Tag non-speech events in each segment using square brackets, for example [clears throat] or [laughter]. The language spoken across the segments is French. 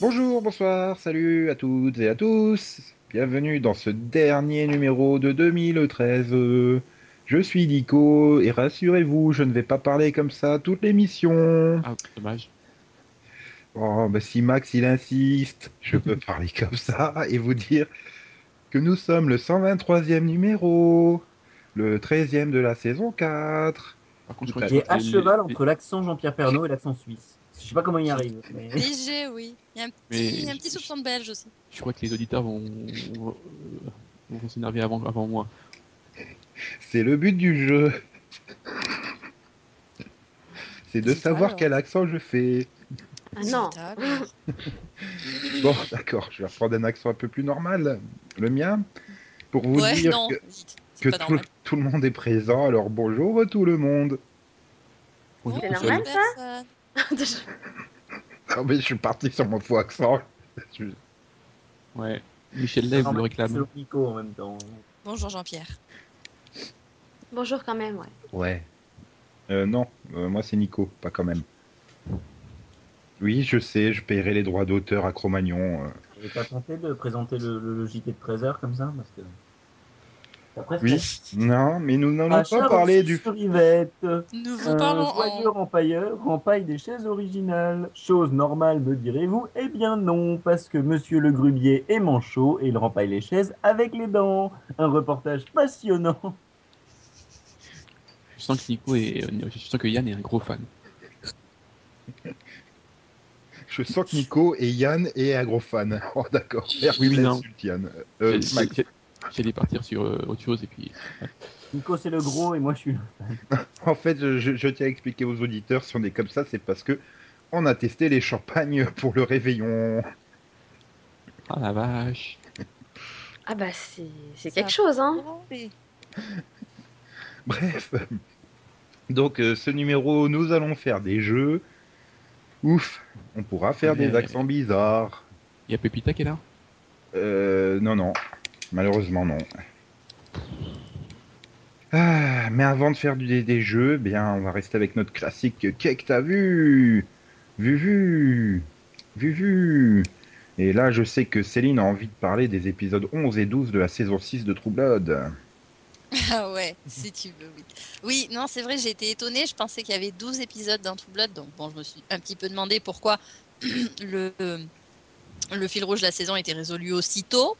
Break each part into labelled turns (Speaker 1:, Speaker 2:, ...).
Speaker 1: Bonjour, bonsoir, salut à toutes et à tous. Bienvenue dans ce dernier numéro de 2013. Je suis Nico et rassurez-vous, je ne vais pas parler comme ça toute l'émission.
Speaker 2: Ah, dommage.
Speaker 1: Oh, bah si Max il insiste, je peux [laughs] parler comme ça et vous dire que nous sommes le 123e numéro, le 13e de la saison 4.
Speaker 2: Par contre, je crois
Speaker 1: Qui
Speaker 2: que
Speaker 3: Qui
Speaker 2: tu
Speaker 3: est
Speaker 2: as
Speaker 3: à
Speaker 2: Bah, les-
Speaker 3: cheval
Speaker 2: les-
Speaker 3: entre l'accent Jean-Pierre Pernaud et l'accent suisse. Je sais pas comment il y arrive. mais-
Speaker 4: Léger, oui. Il y a un
Speaker 2: Mais-
Speaker 4: petit, il y a un petit soupçon de belge aussi.
Speaker 2: Je crois que les auditeurs vont, vont- euh, vont s'énerver avant, avant moi.
Speaker 1: C'est le but du jeu. C'est de
Speaker 4: C'est ça,
Speaker 1: savoir
Speaker 4: alors.
Speaker 1: quel accent je fais.
Speaker 5: Ah non, [laughs]
Speaker 4: D'accord.
Speaker 1: Bon, [laughs] d'accord, je vais reprendre un accent un peu plus normal, le mien, pour vous
Speaker 4: ouais,
Speaker 1: dire
Speaker 4: non,
Speaker 1: que,
Speaker 4: dites.
Speaker 1: que
Speaker 4: C'est pas
Speaker 1: tout,
Speaker 4: normal.
Speaker 1: tout le monde est présent. Alors bonjour tout le monde. [laughs]
Speaker 2: Bonjour,
Speaker 5: C'est
Speaker 2: tout
Speaker 5: normal,
Speaker 2: seul.
Speaker 4: ça
Speaker 5: Déjà.
Speaker 1: Ah mais je suis parti sur mon faux accent. [laughs] Je-
Speaker 2: Ouais. Michel Lay vous le réclame.
Speaker 3: Selon Nico en même temps.
Speaker 4: Bonjour Jean-Pierre.
Speaker 5: bonjour quand même, ouais.
Speaker 1: Ouais. Euh, non, euh, moi c'est Nico, pas quand même. Oui, je sais, je paierai les droits d'auteur à Cro-Magnon. euh.
Speaker 3: Et t'as tenté de présenter le, le, le JT de 13h comme ça parce que... T'as presque-
Speaker 1: Oui, non, mais nous n'en
Speaker 3: Ah,
Speaker 1: avons pas parlé
Speaker 3: Charles
Speaker 1: du.
Speaker 3: sur Yvette,
Speaker 4: Nous vous
Speaker 5: Euh,
Speaker 3: un
Speaker 4: parlons
Speaker 3: joyeux
Speaker 4: en...
Speaker 3: empailleur empaille des chaises originales. Chose normale, me direz-vous Eh bien non, parce que Monsieur le Grubier est manchot et il rempaille les chaises avec les dents. Un reportage passionnant.
Speaker 2: Je sens que Nico est, je sens que Yann est un gros fan.
Speaker 1: Je sens que Nico et Yann est un gros fan. [laughs] Oh d'accord. Merci,
Speaker 2: Oui, oui, non.
Speaker 1: l'insulte, Yann. Euh,
Speaker 2: J'ai-
Speaker 1: Max.
Speaker 2: j'ai- J'allais partir sur euh, autre chose et puis
Speaker 3: Nico c'est le gros et moi je suis le
Speaker 1: En fait, je, je- je tiens à expliquer aux auditeurs, si on est comme ça, c'est parce que on a testé les champagnes [laughs] pour le réveillon.
Speaker 2: ah la vache.
Speaker 5: Ah bah c'est c'est
Speaker 4: Ça.
Speaker 5: quelque chose, hein.
Speaker 4: Oh, mais-
Speaker 1: Bref. Donc, euh, ce numéro, nous allons faire des jeux. Ouf, on pourra faire des
Speaker 2: Mais-
Speaker 1: accents bizarres.
Speaker 2: Il y a Pépita qui est là.
Speaker 1: Euh, non, non. Malheureusement, non. Ah, mais avant de faire du- des jeux, eh bien, on va rester avec notre classique Qu'est-ce que t'as vu Vu, vu Vu, vu Et là, je sais que Céline a envie de parler des épisodes 11 et 12 de la saison 6 de True Blood.
Speaker 4: Ah ouais, [laughs] si tu veux, oui. Oui, non, c'est vrai, j'ai été étonnée. Je pensais qu'il y avait 12 épisodes d'un True Blood. Donc bon, je me suis un petit peu demandé pourquoi [clears throat] le, le fil rouge de la saison était résolu aussitôt.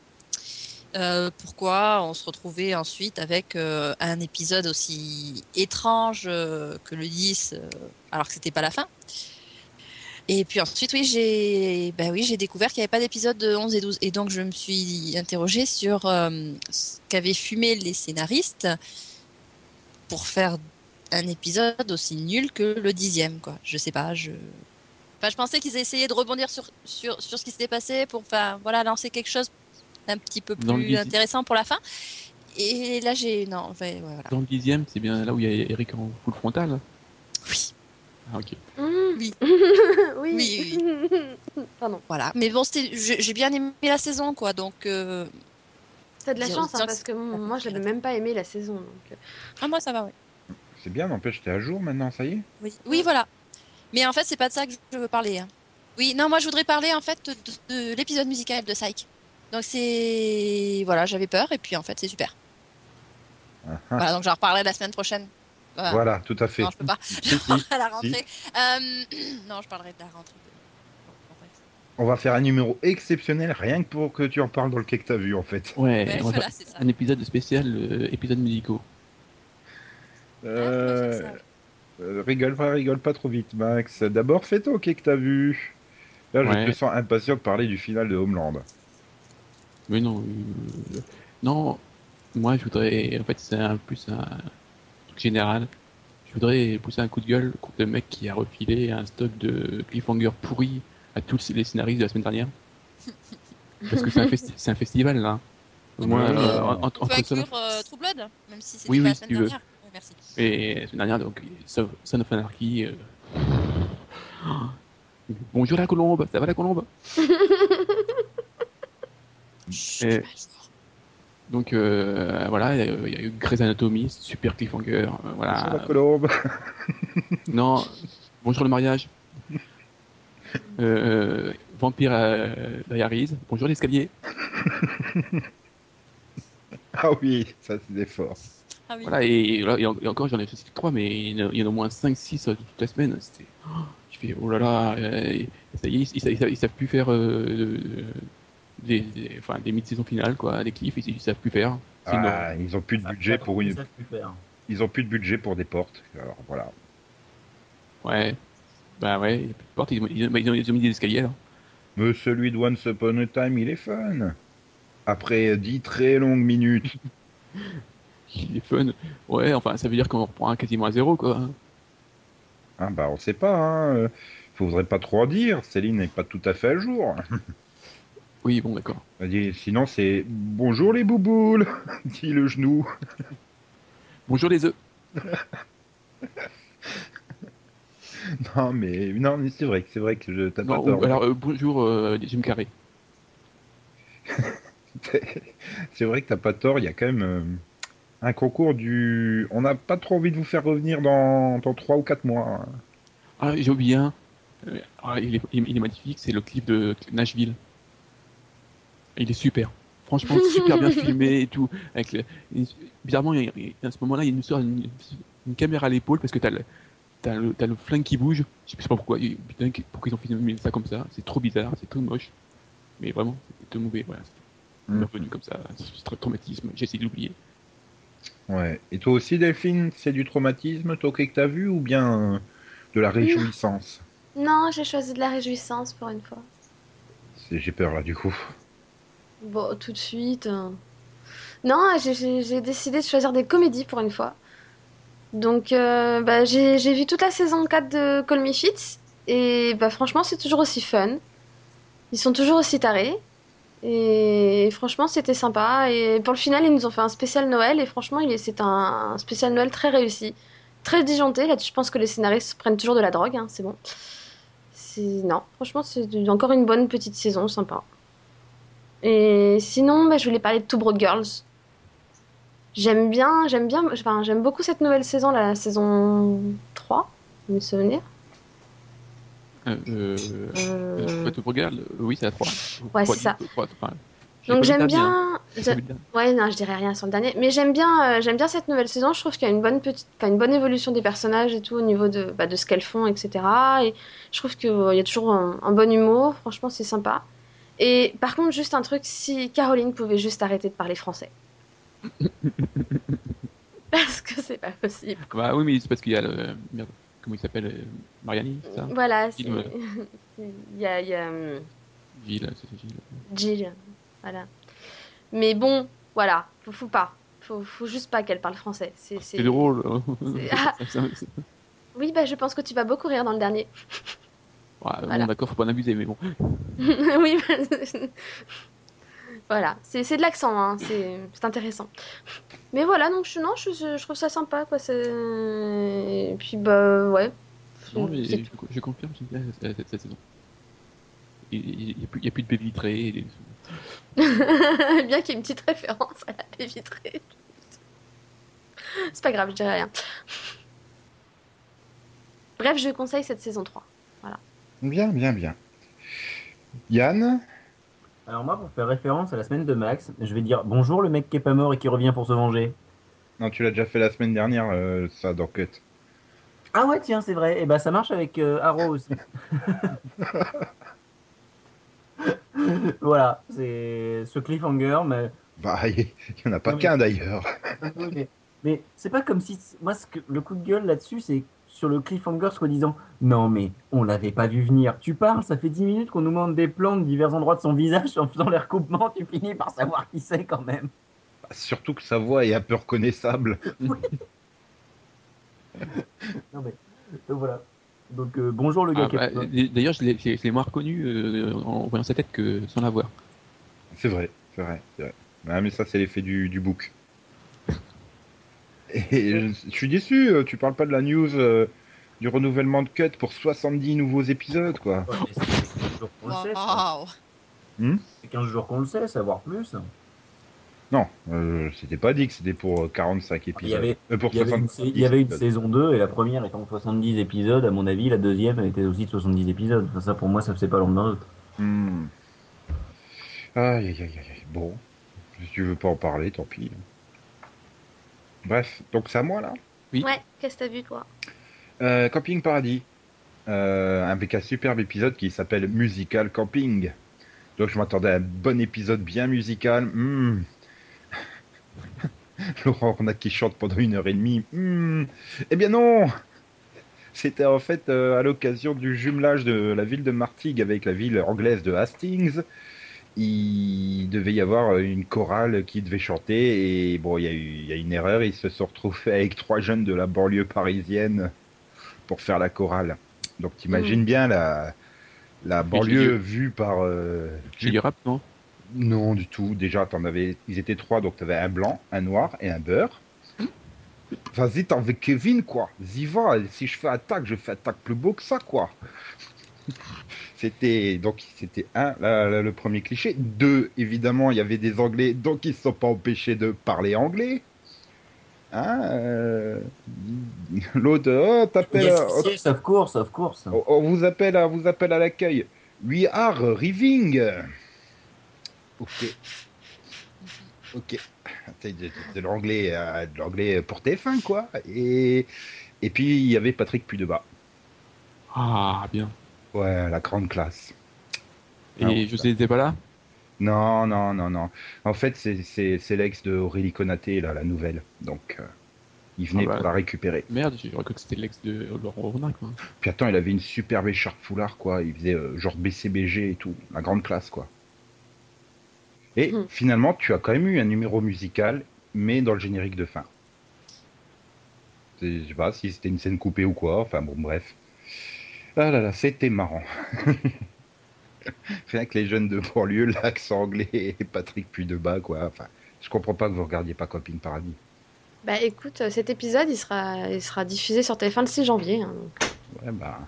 Speaker 4: Euh, pourquoi on se retrouvait ensuite avec euh, un épisode aussi étrange euh, que le 10, euh, alors que c'était pas la fin. Et puis ensuite, oui, j'ai bah oui, j'ai découvert qu'il n'y avait pas d'épisode de 11 et 12. Et donc, je me suis interrogée sur euh, ce qu'avaient fumé les scénaristes pour faire un épisode aussi nul que le dixième, quoi. Je sais pas, je... Enfin, je pensais qu'ils essayaient de rebondir sur, sur, sur ce qui s'était passé pour enfin, voilà, lancer quelque chose d'un petit peu
Speaker 2: Dans le
Speaker 4: plus
Speaker 2: dixi-
Speaker 4: intéressant pour la fin. Et là, j'ai... Non, enfin, ouais, voilà.
Speaker 2: Dans le dixième, c'est bien là où il y a Eric en full frontal.
Speaker 4: Oui,
Speaker 2: Ah ok.
Speaker 5: Mmh. [laughs]
Speaker 4: Oui.
Speaker 5: oui. Pardon.
Speaker 4: voilà. Mais bon, c'était- j'ai j'ai bien aimé la saison, quoi. Donc, euh,
Speaker 5: [laughs] T'as de la
Speaker 4: Dire-
Speaker 5: chance, hein,
Speaker 4: dire-
Speaker 5: parce que moi je l'avais même pas aimé la saison. Donc... euh,
Speaker 4: ah, moi, ça va, ouais.
Speaker 1: C'est bien, n'empêche, t'es à jour maintenant, ça y est
Speaker 4: Oui, oui, voilà. Mais en fait, c'est pas de ça que je veux parler. hein. Oui, non, moi, je voudrais parler en fait de, de l'épisode musical de Psych. Donc c'est voilà, j'avais peur et puis en fait, c'est super.
Speaker 1: Ah, ah.
Speaker 4: Voilà, donc j'en reparlerai la semaine prochaine. Voilà.
Speaker 1: Voilà, tout à fait.
Speaker 4: bah. Non, je peux pas.
Speaker 1: Si, si.
Speaker 4: [laughs] à la rentrée. Euh, [clears throat] non, je parlerai de la rentrée. Bon, bref.
Speaker 1: On va faire un numéro exceptionnel, rien que pour que tu en parles dans le Qu'est-ce que t'as vu, en fait.
Speaker 2: Ouais.
Speaker 4: Ouais,
Speaker 2: Eh, on va
Speaker 4: voilà,
Speaker 2: faire
Speaker 4: c'est ça.
Speaker 2: un épisode spécial, euh, épisode musicaux.
Speaker 4: Ah,
Speaker 1: Euh,
Speaker 4: moi, j'aime ça.
Speaker 1: Euh, rigole pas, rigole pas trop vite, Max. D'abord, fais toi, qu'est-ce que t'as vu Là,
Speaker 2: Ouais.
Speaker 1: je te sens impatient de parler du final de Homeland.
Speaker 2: Mais non, euh, non, moi je voudrais, en fait c'est un plus un truc général. Je voudrais pousser un coup de gueule contre le mec qui a refilé un stock de cliffhanger pourri à tous les scénaristes de la semaine dernière. Parce que c'est un, festi- c'est un festival là. Au moins,
Speaker 1: Ouais.
Speaker 2: euh, en- en-
Speaker 4: On peut
Speaker 2: entre Son of-
Speaker 4: inclure euh, True Blood, même si c'était
Speaker 2: Oui,
Speaker 4: pas
Speaker 2: oui,
Speaker 4: la
Speaker 2: si
Speaker 4: semaine
Speaker 2: tu veux.
Speaker 4: dernière. Oui, merci.
Speaker 2: et la semaine dernière, donc Son Son of Anarchy. euh, [gasps] Bonjour la colombe, ça va la colombe
Speaker 4: Chut,
Speaker 2: Et-
Speaker 4: pas le jour.
Speaker 2: Donc euh, voilà, il y a eu- il y a eu Grey's Anatomy, super cliffhanger, euh,
Speaker 1: Bonjour, la
Speaker 2: voilà.
Speaker 1: colombe. [laughs]
Speaker 2: Non, bonjour le mariage. Euh, Vampire euh, Diaries. Bonjour l'escalier.
Speaker 1: Ah oui, ça c'est des forces.
Speaker 4: Ah oui.
Speaker 2: Voilà, et, voilà, et en- et encore, j'en ai fait 3, mais il y en a- il y en a au moins 5, 6 toute la semaine. C'était. oh, je fais, oh là là, euh, ça y est, ils, sa- ils sa- ils savent plus faire euh, euh, des, des, enfin, des mid-saisons finales, quoi, des cliffs, ils, ils savent plus faire. C'est une horreur.
Speaker 1: Ah, ils ont plus de budget pour une,
Speaker 3: Ça, c'est super.
Speaker 1: ils ont plus de budget pour des portes. Alors voilà.
Speaker 2: Ouais. Bah ouais, il y a plus de porte, ils, ont- ils ont- bah, ils ont, ils ont mis des escaliers là.
Speaker 1: Mais celui de Once Upon a Time, il est fun. Après 10 très longues
Speaker 2: [laughs]
Speaker 1: minutes.
Speaker 2: Il est fun. Ouais, enfin, ça veut dire qu'on reprend quasiment à zéro, quoi.
Speaker 1: Ah bah on sait pas. Hein. euh, Faudrait pas trop en dire. Céline n'est pas tout à fait à jour.
Speaker 2: Oui, bon, d'accord.
Speaker 1: Elle dit, Sinon c'est bonjour les bouboules, [laughs] dit le genou.
Speaker 2: Bonjour les œufs.
Speaker 1: Non Ah, mais non mais c'est vrai que c'est vrai que je t'as pas
Speaker 2: Non,
Speaker 1: tort.
Speaker 2: ou- alors, euh, bonjour euh, Jim Carrey.
Speaker 1: [laughs] C'est vrai que t'as pas tort, il y a quand même euh, un concours du. On n'a pas trop envie de vous faire revenir dans, dans 3 ou 4 mois. hein.
Speaker 2: Ah, j'ai oublié un. Euh, ah, il, est, il est magnifique, c'est le clip de Nashville. Il est super. Franchement, super bien filmé et tout. Avec le- il- Bizarrement, il- il- à ce moment-là, il nous sort une, une caméra à l'épaule parce que t'as le, t'as le, t'as le flingue qui bouge. Je sais pas pourquoi, il- putain, que- pourquoi ils ont filmé ça comme ça. C'est trop bizarre, c'est tout moche. Mais vraiment, c'est tout mauvais. Voilà. C'est
Speaker 3: Mm.
Speaker 1: Mhm.
Speaker 2: revenu comme ça. C'est un traumatisme. J'ai essayé de l'oublier.
Speaker 1: Mm. Ouais. Et toi aussi, Delphine, c'est du traumatisme, toi que t'as vu, ou bien euh, de la réjouissance
Speaker 5: Non, j'ai choisi de la réjouissance pour une fois.
Speaker 1: C'est- J'ai peur là du coup.
Speaker 5: Bon, tout de suite. euh. Non, j'ai- j'ai j'ai décidé de choisir des comédies pour une fois. Donc, euh, bah, j'ai j'ai vu toute la saison 4 de Call Me Fitz. Et bah, franchement, c'est toujours aussi fun. Ils sont toujours aussi tarés. Et franchement, c'était sympa. Et pour le final, ils nous ont fait un spécial Noël. Et franchement, il est- c'est un, un spécial Noël très réussi. Très disjoncté. Là, je pense que les scénaristes prennent toujours de la drogue. hein, c'est bon. C'est- Non, franchement, c'est encore une bonne petite saison sympa. Et sinon, bah, je voulais parler de Two Broad Girls. J'aime bien, j'aime bien, enfin, j'aime beaucoup cette nouvelle saison, la saison 3, de me souvenir.
Speaker 2: Euh, euh,
Speaker 5: Euh,
Speaker 2: euh, tu regardes, oui, c'est à 3.
Speaker 5: Ouais, c'est ça. Donc j'aime
Speaker 2: hein.
Speaker 5: bien. je- Ouais, non, je dirais rien sur le dernier, mais j'aime bien, euh, j'aime bien cette nouvelle saison. Je trouve qu'il y a une bonne petite, enfin, une bonne évolution des personnages et tout au niveau de, bah, de ce qu'elles font, etc. Et je trouve qu'il y a toujours un, un bon humour. Franchement, c'est sympa. Et par contre, juste un truc, si Caroline pouvait juste arrêter de parler
Speaker 2: [laughs]
Speaker 5: français, parce que c'est pas possible.
Speaker 2: Bah oui, mais c'est parce qu'il y a le. Merde, comment il s'appelle euh, Mariani, c'est ça
Speaker 5: Voilà, c'est-
Speaker 2: Gilles, ouais.
Speaker 5: [laughs] il y a, il y a, hum,
Speaker 2: Gilles, c'est Gilles.
Speaker 5: Jill, voilà. Mais bon, voilà, faut, faut pas, faut, faut juste pas qu'elle parle français. C'est
Speaker 2: C'est Ah, drôle. [laughs]
Speaker 5: c'est- [laughs] Ah,
Speaker 2: Ça- ça-
Speaker 5: oui, bah je pense que tu vas beaucoup rire dans le dernier. [laughs]
Speaker 2: Ouais, bon,
Speaker 5: Voilà.
Speaker 2: D'accord, faut pas en abuser, mais bon.
Speaker 5: oui, bah, [laughs] voilà, c'est c'est de l'accent, hein, c'est c'est intéressant. Mais voilà, donc je, non, je, je trouve ça sympa, quoi. c'est- Et puis bah ouais.
Speaker 2: Non, mais
Speaker 5: C'est
Speaker 2: je, je confirme, j'aime bien cette, cette- cette saison. Il n'y a, plus- il y a plus de baby vitrée. et des-
Speaker 5: [laughs] Bien qu'il y ait une petite référence à la baie vitrée. C'est pas grave, je dirais rien. Bref, je conseille cette saison 3.
Speaker 1: Bien, bien, bien. Yann
Speaker 3: Alors moi, pour faire référence à la semaine de Max, je vais dire bonjour le mec qui est pas mort et qui revient pour se venger.
Speaker 1: Non, tu l'as déjà fait la semaine dernière, euh, ça, d'enquête.
Speaker 3: Ah ouais, tiens, c'est vrai. Et bah ça marche avec euh, Arrow aussi. [laughs] voilà, c'est ce cliffhanger, mais
Speaker 1: Bah, [laughs] il y en a pas
Speaker 3: Non, mais-
Speaker 1: qu'un d'ailleurs.
Speaker 3: Oui, mais, mais c'est pas comme si. Moi, ce que- le coup de gueule là-dessus, c'est sur le cliffhanger, soi-disant Non, mais on l'avait pas vu venir. Tu parles, ça fait 10 minutes qu'on nous montre des plans de divers endroits de son visage en faisant les recoupements, tu finis par savoir qui c'est quand même.
Speaker 1: Bah, Surtout que sa voix est un peu reconnaissable.
Speaker 3: Non, mais. Donc voilà. Donc euh, bonjour le gars
Speaker 2: Ah,
Speaker 3: qui est
Speaker 2: bah,
Speaker 3: pas mort.
Speaker 2: D'ailleurs, je l'ai- je l'ai je l'ai moins reconnu euh, en voyant sa tête que sans la voir.
Speaker 1: C'est vrai, c'est vrai, c'est vrai. Ah, mais ça, c'est l'effet du, du book. Et je, je suis déçu, euh, tu parles pas de la news euh, du renouvellement de cut pour 70 nouveaux épisodes, quoi.
Speaker 3: Ouais, mais C'est 15 jours qu'on le sait, ça.
Speaker 4: Waouh.
Speaker 3: C'est 15 jours qu'on le sait, savoir plus.
Speaker 1: Non, euh, c'était pas dit que c'était pour euh, 45 épisodes.
Speaker 3: il y avait-
Speaker 1: Euh, pour
Speaker 3: Il y avait une,
Speaker 1: 70
Speaker 3: il y avait une
Speaker 1: épisodes.
Speaker 3: saison 2 et la première étant de 70 épisodes, à mon avis, la deuxième elle était aussi de 70 épisodes. Enfin, ça pour moi, ça faisait pas l'ombre d'un doute.
Speaker 1: Hmm. Aïe, aïe, aïe, aïe. Bon, si tu veux pas en parler, tant pis. Bref, donc c'est à moi là.
Speaker 2: Oui.
Speaker 5: Ouais, qu'est-ce que t'as vu, toi
Speaker 1: Euh, Camping Paradis, euh, avec un superbe épisode qui s'appelle Musical Camping. Donc je m'attendais à un bon épisode bien musical. Hmm. [laughs] Laurent Ornac qui chante pendant une heure et demie. Hmm. Eh bien non C'était en fait euh, à l'occasion du jumelage de la ville de Martigues avec la ville anglaise de Hastings. Il devait y avoir une chorale qui devait chanter et bon, il y a eu il y a une erreur. Ils se sont retrouvés avec trois jeunes de la banlieue parisienne pour faire la chorale. Donc t'imagines bien la, la banlieue vue par euh,
Speaker 2: J'ai du rap, non
Speaker 1: non, du tout. Déjà, t'en avais... ils étaient trois, donc t'avais un blanc, un noir et un beurre. Vas-y, t'en veux Kevin, quoi. J'y va. Si je fais attaque, je fais attaque plus beau que ça, quoi. c'était donc c'était un la- la- le premier cliché. Deux, évidemment, il y avait des Anglais, donc ils se sont pas empêchés de parler anglais. Hein, euh, L'autre, oh, t'appelles,
Speaker 3: Yes,
Speaker 1: oh,
Speaker 3: yes, of course, of course.
Speaker 1: on, on vous appelle, à- on vous appelle à l'accueil. We are arriving. Ok. Ok. C'est de, de- de l'anglais, euh, de l'anglais pour TF1 quoi. Et et puis il y avait Patrick Pudeba.
Speaker 2: Ah, bien.
Speaker 1: Ouais, la grande classe.
Speaker 2: Et
Speaker 1: Ah, bon,
Speaker 2: José n'était pas là
Speaker 1: Non, non, non, non. En fait, c'est- c'est c'est l'ex de Aurélie Conaté là, la nouvelle. Donc euh, il venait
Speaker 2: Ah bah.
Speaker 1: pour la récupérer.
Speaker 2: Merde, j'ai cru que c'était l'ex de Laurent Ronac. Quoi.
Speaker 1: Puis attends, il avait une superbe écharpe foulard, quoi. Il faisait euh, genre BCBG et tout. La grande classe, quoi. Et
Speaker 5: Mhm.
Speaker 1: finalement, tu as quand même eu un numéro musical, mais dans le générique de fin. C'est- Je sais pas si c'était une scène coupée ou quoi. Enfin bon, bref. Ah là là, c'était marrant. [laughs] Rien que les jeunes de banlieue, l'accent anglais et Patrick Puy-de-Bas, quoi. Enfin, je comprends pas que vous regardiez pas Coping Paradis.
Speaker 5: Bah écoute, euh, cet épisode, il sera, il sera diffusé sur TF1 le 6 janvier, hein, donc,
Speaker 1: Ouais, bah,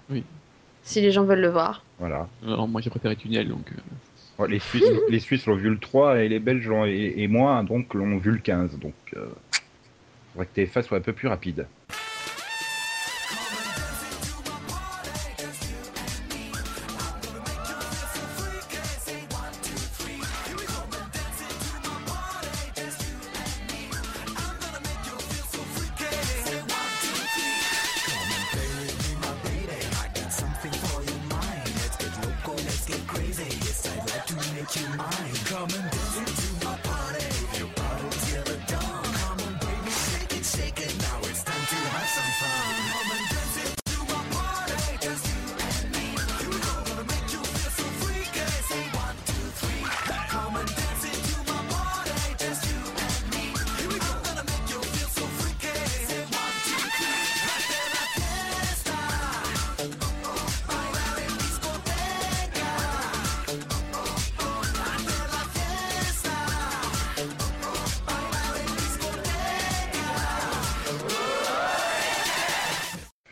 Speaker 5: si les gens veulent le voir.
Speaker 1: voilà.
Speaker 2: Non, moi j'ai préféré Tunnel, donc. euh,
Speaker 1: Ouais, les Suisses, les Suisses l'ont vu le 3 et les Belges l'ont- et, et moi donc l'ont vu le 15. Donc euh, faudrait que TFA soit un peu plus rapide.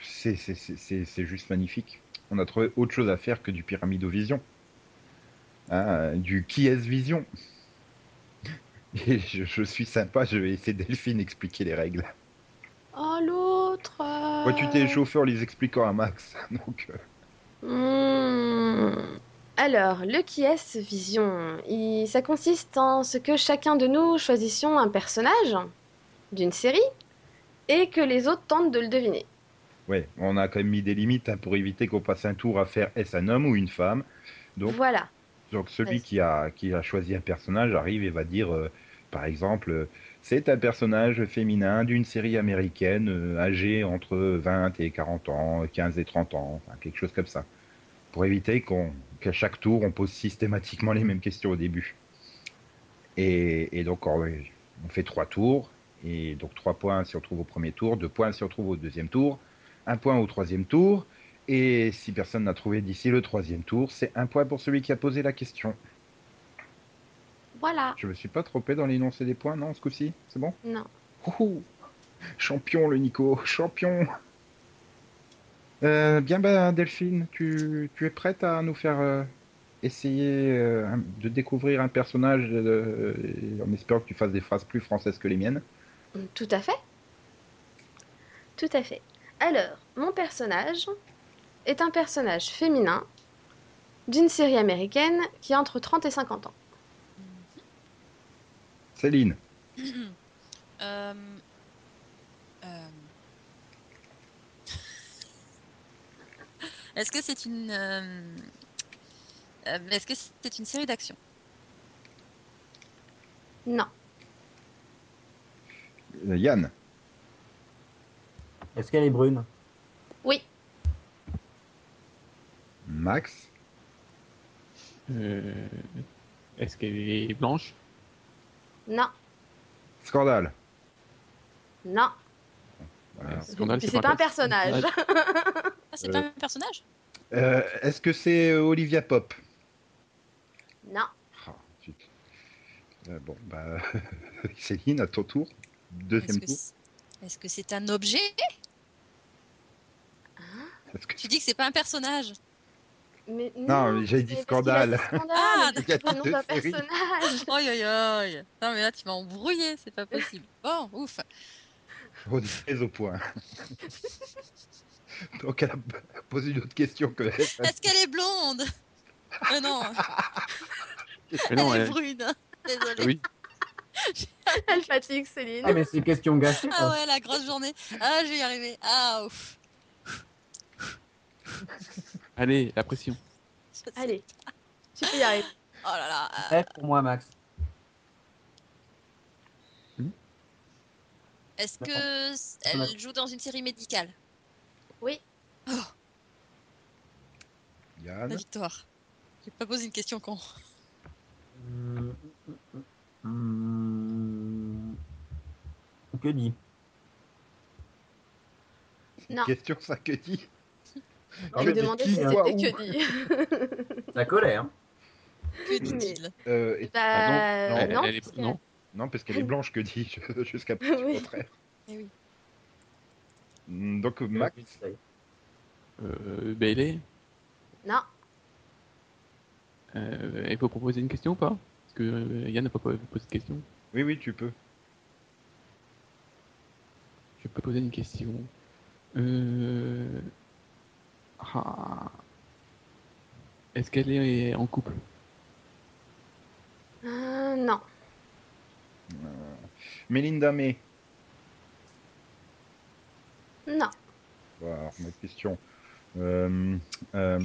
Speaker 1: C'est c'est- c'est- c'est- c'est juste magnifique. On a trouvé autre chose à faire que du Pyramidovision. Hein, euh, du qui est Vision. [laughs] Et je, je suis sympa, je vais laisser Delphine expliquer les règles.
Speaker 5: Oh, l'autre euh,
Speaker 1: Moi, tu t'es échauffé en les expliquant à Max. [laughs] Donc, euh,
Speaker 5: Hmm. Alors, le qui est vision Il- Ça consiste en ce que chacun de nous choisissions un personnage d'une série et que les autres tentent de le deviner.
Speaker 1: ouais, on a quand même mis des limites hein, pour éviter qu'on passe un tour à faire est-ce un homme ou une femme. Donc,
Speaker 5: Voilà.
Speaker 1: Donc celui
Speaker 5: Vas-y.
Speaker 1: qui a, qui a choisi un personnage arrive et va dire, euh, par exemple, euh, c'est un personnage féminin d'une série américaine euh, âgée entre 20 et 40 ans, 15 et 30 ans, enfin, quelque chose comme ça. Pour éviter qu'on, qu'à chaque tour, on pose systématiquement les mêmes questions au début. Et, et donc on, on fait trois tours, et donc trois points si on trouve au premier tour, deux points si on trouve au deuxième tour, un point au troisième tour, et si personne n'a trouvé d'ici le troisième tour, c'est un point pour celui qui a posé la question.
Speaker 5: Voilà.
Speaker 1: Je me suis pas trompé dans l'énoncé des points, non, ce coup-ci C'est bon
Speaker 5: Non.
Speaker 1: Houhou Champion, le Nico Champion Euh, Bien, ben, Delphine, tu, tu es prête à nous faire euh, essayer euh, un- de découvrir un personnage euh, et en espérant que tu fasses des phrases plus françaises que les miennes
Speaker 5: Tout à fait. Tout à fait. Alors, mon personnage est un personnage féminin d'une série américaine qui a entre 30 et 50 ans.
Speaker 1: Céline.
Speaker 4: Euh, euh. [laughs] Est-ce que c'est une euh, euh, est-ce que c'est une série d'action
Speaker 5: Non.
Speaker 1: Euh, Yann.
Speaker 3: Est-ce qu'elle est brune
Speaker 5: Oui.
Speaker 1: Max.
Speaker 2: Euh, Est-ce qu'elle est blanche
Speaker 5: Non.
Speaker 1: Scandale.
Speaker 5: Non.
Speaker 1: Voilà.
Speaker 2: Scandale,
Speaker 5: C'est pas un personnage.
Speaker 4: Ah, c'est
Speaker 1: Euh.
Speaker 4: pas un personnage
Speaker 1: Euh, Est-ce que c'est euh, Olivia Pop
Speaker 5: non.
Speaker 1: Ah, zut. Euh, Bon, bah, [laughs] Céline, à ton tour.
Speaker 4: Est-ce
Speaker 1: Deuxième
Speaker 4: que
Speaker 1: tour.
Speaker 4: c'est- est-ce que c'est un objet
Speaker 1: Est-ce que
Speaker 4: Tu dis que c'est pas un [laughs] personnage.
Speaker 5: Mais
Speaker 1: Non, mais j'ai dit
Speaker 5: c'est parce qu'il a
Speaker 1: scandale.
Speaker 5: dit scandale.
Speaker 4: Ah,
Speaker 5: mais
Speaker 1: d'accord.
Speaker 5: c'est le nom d'un
Speaker 1: Série.
Speaker 5: personnage.
Speaker 4: Oi, oi, oi. Non, mais là, tu m'as embrouillé, c'est pas possible. Bon, ouf.
Speaker 1: On est au point. [laughs] Donc, elle a posé une autre question que la
Speaker 4: Est-ce qu'elle
Speaker 2: [laughs]
Speaker 4: est blonde Euh, Non,
Speaker 2: Mais
Speaker 4: elle
Speaker 5: [laughs]
Speaker 2: non,
Speaker 4: est
Speaker 2: elle- Ah
Speaker 4: brune. Désolée.
Speaker 2: oui,
Speaker 5: Elle fatigue Céline.
Speaker 3: Ah, mais c'est question gâchée.
Speaker 4: Ah ouais, la grosse journée. Ah, je vais y arriver. Ah, ouf.
Speaker 2: allez, la pression.
Speaker 4: Je sais-
Speaker 5: Allez, tu peux y arriver.
Speaker 4: Oh là là. euh,
Speaker 3: F pour moi, Max.
Speaker 4: Est-ce
Speaker 1: Bah,
Speaker 4: que s- elle joue dans une série médicale
Speaker 5: Oui.
Speaker 4: Oh, la
Speaker 5: Euh,
Speaker 1: Yann.
Speaker 4: victoire. J'ai pas posé une question con.
Speaker 3: Hum, hum, hum, hum. Que dit
Speaker 5: Non.
Speaker 1: Question, ça que dit
Speaker 5: Je
Speaker 1: Ah, mais
Speaker 5: me demandais
Speaker 1: qui, euh,
Speaker 5: si c'était
Speaker 1: quoi,
Speaker 5: que dit.
Speaker 3: La colère.
Speaker 4: [laughs]
Speaker 3: hein.
Speaker 4: Que dit-il
Speaker 1: Euh, et-
Speaker 5: [laughs] Bah,
Speaker 1: Ah non, non,
Speaker 2: Elle-
Speaker 5: non,
Speaker 2: elle est-
Speaker 5: parce que-
Speaker 2: non,
Speaker 1: Non, parce qu'elle est blanche, que dit [laughs] je- Jusqu'à preuve
Speaker 5: [laughs] Oui.
Speaker 1: du contraire.
Speaker 4: Eh oui.
Speaker 1: Mm, Donc, Max.
Speaker 2: euh, Bailey,
Speaker 5: Non,
Speaker 2: euh, il faut proposer une question ou pas Parce que euh, Yann n'a pas po- posé de question.
Speaker 1: Oui, oui, tu peux.
Speaker 2: Je peux poser une question. Euh... ah. Est-ce qu'elle est en couple
Speaker 5: Euh, non,
Speaker 1: Mélinda May.
Speaker 5: non.
Speaker 1: Voilà, alors, ma question. Euh, euh,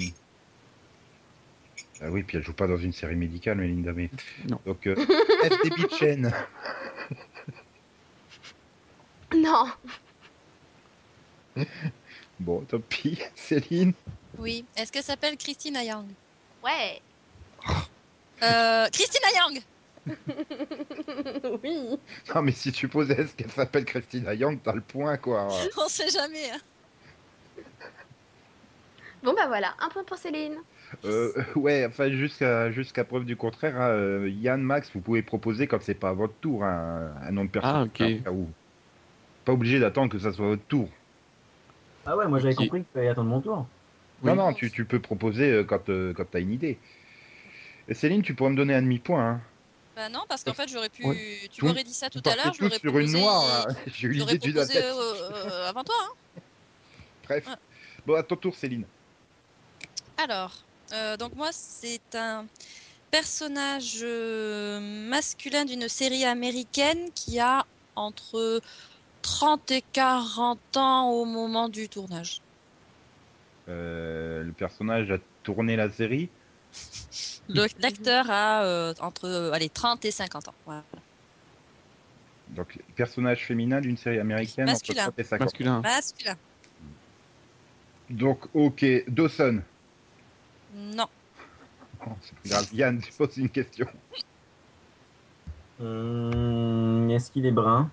Speaker 1: Ah oui, puis elle joue pas dans une série médicale, Mélinda May.
Speaker 2: Non.
Speaker 1: Donc, euh, FDB Chen.
Speaker 5: Non,
Speaker 1: Bon, tant pis. [laughs] Céline.
Speaker 4: Oui. Est-ce qu'elle s'appelle Christina Yang
Speaker 5: ouais,
Speaker 4: euh, Christina Yang
Speaker 5: [laughs] oui.
Speaker 1: Non, mais si tu posais est-ce qu'elle s'appelle Christina Yang, t'as le point, quoi.
Speaker 4: [laughs] On sait jamais. hein.
Speaker 5: Bon bah voilà, un point pour Céline.
Speaker 1: Euh, ouais, enfin, jusqu'à jusqu'à preuve du contraire, hein, euh, Yann, Max, vous pouvez proposer, comme c'est pas à votre tour, un, un nom de personne.
Speaker 2: Ah, ok.
Speaker 1: au cas où. Pas obligé d'attendre que ça soit votre tour.
Speaker 3: Ah ouais, moi j'avais
Speaker 2: Qui-
Speaker 3: compris qu'il fallait attendre mon tour.
Speaker 2: Oui.
Speaker 1: Non, non, tu, tu peux proposer euh, quand, euh, quand t'as une idée. Et Céline, tu pourrais me donner un demi-point. Hein.
Speaker 4: Bah non, parce qu'en fait, j'aurais pu.
Speaker 1: Ouais.
Speaker 4: Tu m'aurais dit ça tout à
Speaker 1: Partez
Speaker 4: l'heure.
Speaker 1: tous
Speaker 4: j'aurais
Speaker 1: sur une
Speaker 4: proposé-
Speaker 1: noire. là. [laughs] J'ai eu
Speaker 4: J'aurais
Speaker 1: l'idée du
Speaker 4: proposé
Speaker 1: lapin.
Speaker 4: euh, euh, avant toi. hein.
Speaker 1: Bref.
Speaker 4: Ah.
Speaker 1: Bon, à ton tour, Céline.
Speaker 4: Alors, euh, donc moi, c'est un personnage euh, masculin d'une série américaine qui a entre 30 et 40 ans au moment du tournage.
Speaker 1: Euh, le personnage a tourné la série.
Speaker 4: Le- L'acteur a euh, entre euh, allez, 30 et 50 ans. Voilà.
Speaker 1: Donc, personnage féminin d'une série américaine
Speaker 4: Masculin.
Speaker 1: entre 30 et 50.
Speaker 2: Masculin.
Speaker 4: Masculin.
Speaker 1: Donc, ok. Dawson.
Speaker 4: Non.
Speaker 1: Oh, c'est pas grave. Yann, tu poses une question.
Speaker 3: Hum, Est-ce qu'il est brun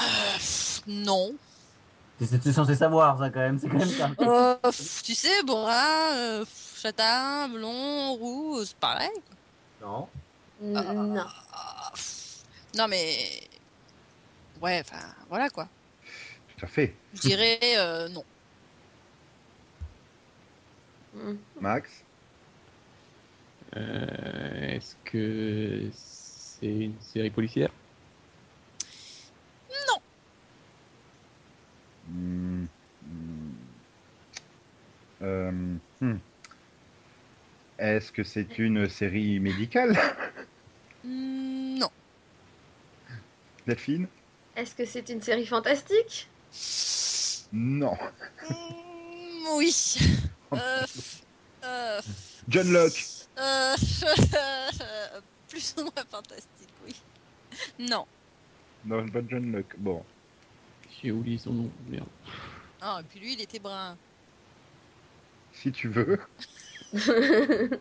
Speaker 4: Euh, pff, non.
Speaker 3: C'est c'est censé savoir ça quand même, c'est quand même ça.
Speaker 4: [laughs] Euh, pff, tu sais, bon, hein, euh, pff, châtain, blond, roux, euh, c'est pareil.
Speaker 3: Non.
Speaker 5: N-
Speaker 4: Ah.
Speaker 5: Non.
Speaker 4: Ah, pff, non, mais. Ouais, enfin, voilà quoi.
Speaker 1: Tout à fait.
Speaker 4: Je dirais [laughs] euh, non.
Speaker 5: Mm.
Speaker 1: Max.
Speaker 2: Euh, Est-ce que c'est une série policière
Speaker 1: Hmm, hmm. Euh, Hmm, hmm. Est-ce que c'est une série médicale, [laughs]
Speaker 4: Hmm, Non.
Speaker 1: Delphine
Speaker 5: Est-ce que c'est une série fantastique [laughs]
Speaker 1: Non.
Speaker 4: Hmm, oui. Euh, euh,
Speaker 1: John Locke
Speaker 4: euh, [laughs] plus ou moins fantastique, oui. Non.
Speaker 1: Non, pas John Locke. Bon.
Speaker 2: J'ai oublié son nom, merde.
Speaker 4: Ah, et puis lui, il était brun.
Speaker 1: Si tu veux. [laughs]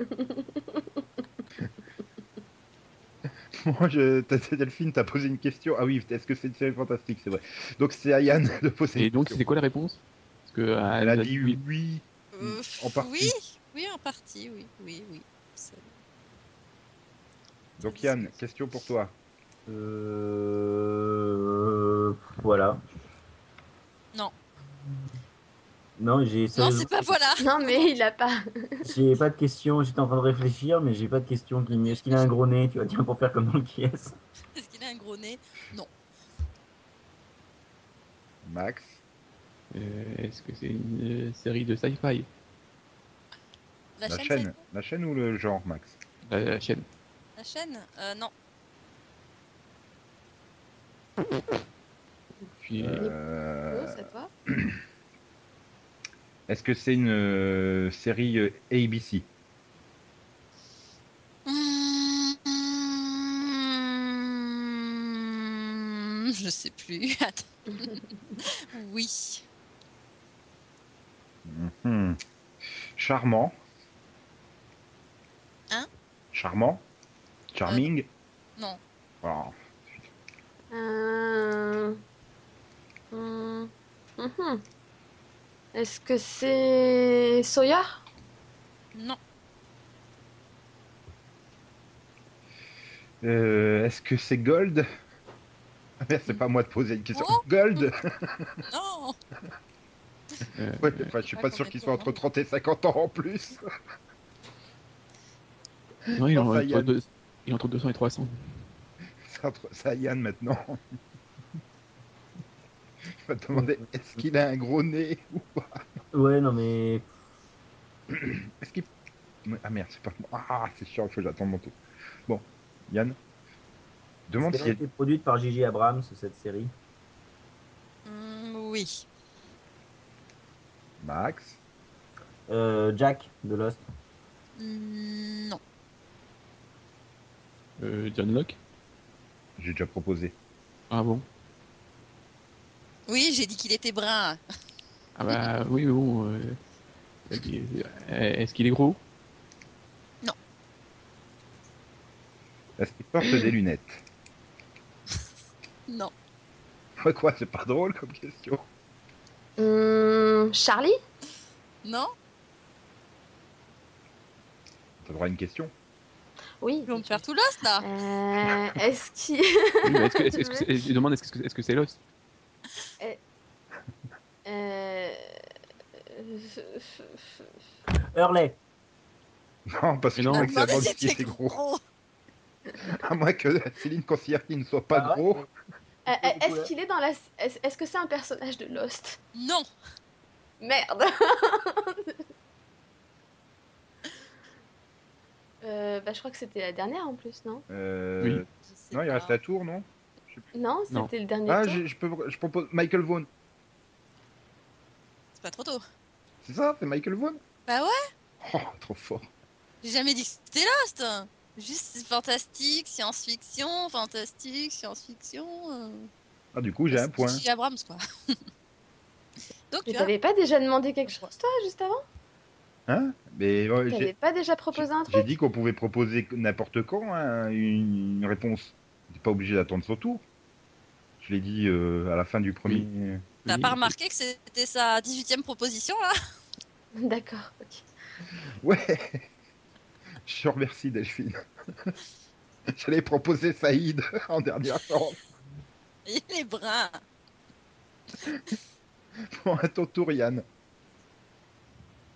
Speaker 1: Moi, je... t'as- t'as- Delphine, t'as posé une question. Ah oui, est-ce que c'est une série fantastique C'est vrai. Donc c'est à Yann de poser
Speaker 2: Et
Speaker 1: une
Speaker 2: donc,
Speaker 1: question.
Speaker 2: c'était quoi la réponse Parce que, euh,
Speaker 1: Elle a
Speaker 2: elle
Speaker 1: dit oui.
Speaker 4: Euh,
Speaker 1: Mm, En partie.
Speaker 4: Oui, oui, en partie, oui, oui, oui. C'est-
Speaker 1: Donc Yann, question pour toi.
Speaker 3: Euh... Voilà.
Speaker 4: Non.
Speaker 3: Non, j'ai
Speaker 4: Non, c'est pas voilà. [laughs]
Speaker 5: Non, mais il a pas.
Speaker 3: j'ai pas de questions. J'étais en train de réfléchir, mais j'ai pas de questions. qui me- Est-ce qu'il a un gros nez Tu vois, tiens, pour faire comme dans le KS.
Speaker 4: Est-ce qu'il a un gros nez
Speaker 1: Max
Speaker 2: Euh, Est-ce que c'est une euh, série de sci-fi
Speaker 4: La,
Speaker 1: La
Speaker 4: chaîne,
Speaker 1: chaîne
Speaker 4: c'est-
Speaker 1: La chaîne ou le genre, Max
Speaker 2: la, Euh, la
Speaker 1: [laughs]
Speaker 2: chaîne.
Speaker 4: La chaîne Euh, [laughs] Non.
Speaker 2: Puis,
Speaker 1: Euh,
Speaker 5: Oh, c'est à toi.
Speaker 1: Est-ce que c'est une euh, série euh, ABC
Speaker 4: Mmh, Je sais plus. [laughs] Attends. oui.
Speaker 1: Mhm. Charmant.
Speaker 4: Hein
Speaker 1: Charmant Charming
Speaker 4: Non.
Speaker 1: Voilà.
Speaker 5: Euh, hum, mhm. Est-ce que c'est Sawyer
Speaker 4: Non.
Speaker 1: Euh, Est-ce que c'est Gold [laughs] Ah merde, C'est pas à moi de poser une question.
Speaker 4: Oh [laughs]
Speaker 1: Gold
Speaker 4: Non.
Speaker 2: euh,
Speaker 1: Ouais, enfin, Je suis
Speaker 4: pas
Speaker 1: pas sûr qu'il soit entre
Speaker 4: complètement.
Speaker 1: 30 et 50 ans en plus.
Speaker 2: non, il est
Speaker 1: Enfin,
Speaker 2: entre
Speaker 1: Yann.
Speaker 2: deux- il est entre 200 et 300.
Speaker 1: [laughs] C'est entre- C'est à Yann maintenant. Je vais te demander est-ce qu'il a un gros nez ou pas
Speaker 3: Ouais, non, mais
Speaker 1: Est-ce qu'il. Ah merde, c'est pas moi. Ah, c'est chiant, il faut que j'attende mon tour. Bon, Yann Demande
Speaker 3: elle a
Speaker 1: si.
Speaker 3: été produite par Gigi Abrams cette série.
Speaker 4: Mmh, oui.
Speaker 1: Max
Speaker 3: Euh, Jack de Lost.
Speaker 4: Mmh, Non.
Speaker 2: Euh, John Locke
Speaker 1: J'ai déjà proposé.
Speaker 2: Ah bon
Speaker 4: Oui, j'ai dit qu'il était brun.
Speaker 1: [laughs]
Speaker 2: Ah bah oui, mais bon. euh, euh, Est-ce qu'il est gros
Speaker 1: Est-ce qu'il porte des lunettes
Speaker 4: Non.
Speaker 1: Quoi, Quoi, c'est pas drôle comme question.
Speaker 5: Hum, Charlie
Speaker 4: Non.
Speaker 1: T'as le droit à une question
Speaker 5: Oui.
Speaker 4: On perd tout l'os là.
Speaker 5: [laughs] Euh, Est-ce qu'il
Speaker 2: Oui, mais est-ce que- est-ce- est-ce que
Speaker 1: [laughs]
Speaker 2: c'est- Je demande est-ce que est-ce que c'est Lost
Speaker 5: [laughs] Euh, f- f- f-
Speaker 3: Hurley.
Speaker 1: Non, parce que
Speaker 2: Mais
Speaker 1: je
Speaker 2: non.
Speaker 1: crois que
Speaker 4: Moi,
Speaker 1: c'est avant
Speaker 4: j'étais
Speaker 1: qu'il était gros. À moins que Céline considère qu'il ne soit pas
Speaker 3: Ah ouais
Speaker 1: gros.
Speaker 5: Euh, Est-ce qu'il est dans la. Est-ce est-ce que c'est un personnage de Lost
Speaker 4: Non.
Speaker 5: Merde [laughs] Euh, bah, je crois que c'était la dernière en plus, non
Speaker 1: Euh,
Speaker 4: Je sais
Speaker 1: Non, il
Speaker 4: pas.
Speaker 1: reste à tour, non
Speaker 5: Non,
Speaker 2: Non.
Speaker 5: c'était le dernier.
Speaker 1: Ah,
Speaker 5: tour.
Speaker 1: je, je peux, je propose Michael Vaughn.
Speaker 4: C'est pas trop tôt.
Speaker 1: C'est ça C'est Michael Vaughn
Speaker 4: Bah ouais.
Speaker 1: Oh, trop fort.
Speaker 4: J'ai jamais dit que c'était Lost. Juste c'est fantastique, science-fiction, fantastique, science-fiction. euh.
Speaker 1: Ah, du coup, j'ai un point.
Speaker 4: J.J. Abrams, quoi. [laughs] Donc, euh,
Speaker 5: Mais
Speaker 4: tu vois,
Speaker 5: t'avais pas déjà demandé quelque chose, toi, juste avant
Speaker 1: Hein Mais ouais,
Speaker 5: T'avais
Speaker 1: j'ai-
Speaker 5: pas déjà proposé un
Speaker 1: j'ai
Speaker 5: truc [laughs]
Speaker 1: dit qu'on pouvait proposer n'importe quand hein, une, une réponse. T'es pas obligé d'attendre son tour. Je l'ai dit euh, à la fin du premier.
Speaker 4: t'as
Speaker 2: Oui.
Speaker 4: pas remarqué que c'était sa 18 e proposition, là [laughs]
Speaker 5: D'accord, ok.
Speaker 1: Ouais Je te remercie, Delphine. [laughs] J'allais proposer Saïd [laughs] en dernière chance.
Speaker 4: Il est brun.
Speaker 1: Bon, à ton tour, Yann.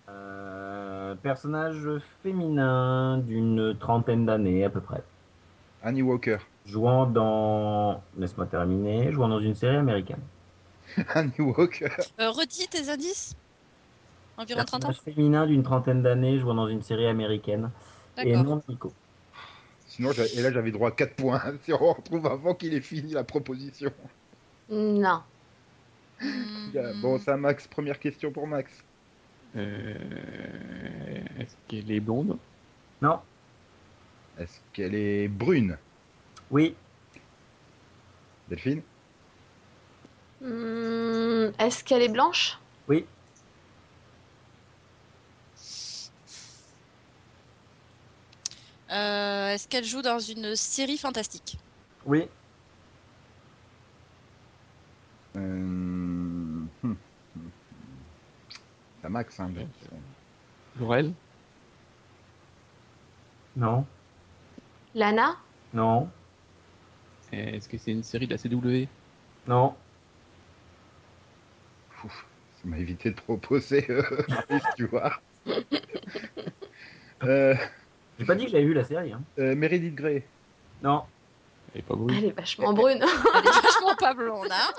Speaker 3: Euh, personnage féminin d'une trentaine d'années à peu près.
Speaker 1: Annie Walker. [laughs]
Speaker 3: Jouant dans. Laisse-moi terminer. Jouant dans une série américaine.
Speaker 1: Annie Walker.
Speaker 4: Euh, redis tes indices. Environ 30 ans
Speaker 3: Personnage féminin d'une trentaine d'années jouant dans une série américaine. Et
Speaker 4: D'accord.
Speaker 3: non Nico.
Speaker 1: Sinon, j'avais- et là, j'avais droit à 4 points. [laughs] si on retrouve avant qu'il ait fini la proposition.
Speaker 5: Non. Mm.
Speaker 4: Mhm.
Speaker 1: Euh, Bon, ça, Max, première question pour Max.
Speaker 2: Euh, Est-ce qu'elle est blonde
Speaker 3: Non
Speaker 1: Est-ce qu'elle est brune,
Speaker 3: Oui
Speaker 1: Delphine
Speaker 5: Hmm, Est-ce qu'elle est blanche
Speaker 3: Oui
Speaker 4: Euh, Est-ce qu'elle joue dans une série fantastique [laughs]
Speaker 3: Oui
Speaker 1: Euh, hmm, hmm, hmm. Ça, Max, hein, donc, euh,
Speaker 2: Laurel
Speaker 3: Non
Speaker 5: Lana
Speaker 3: Non
Speaker 2: Euh, Est-ce que c'est une série de la CW
Speaker 3: Non
Speaker 1: Ouf, ça m'a évité de proposer, euh, [laughs] Maurice, tu vois. Euh,
Speaker 3: J'ai pas dit que j'avais vu la série. Hein.
Speaker 1: euh, Meredith Grey. [laughs]
Speaker 3: Non
Speaker 2: Elle est pas brune.
Speaker 5: Elle est vachement brune.
Speaker 4: Elle est vachement pas blonde, hein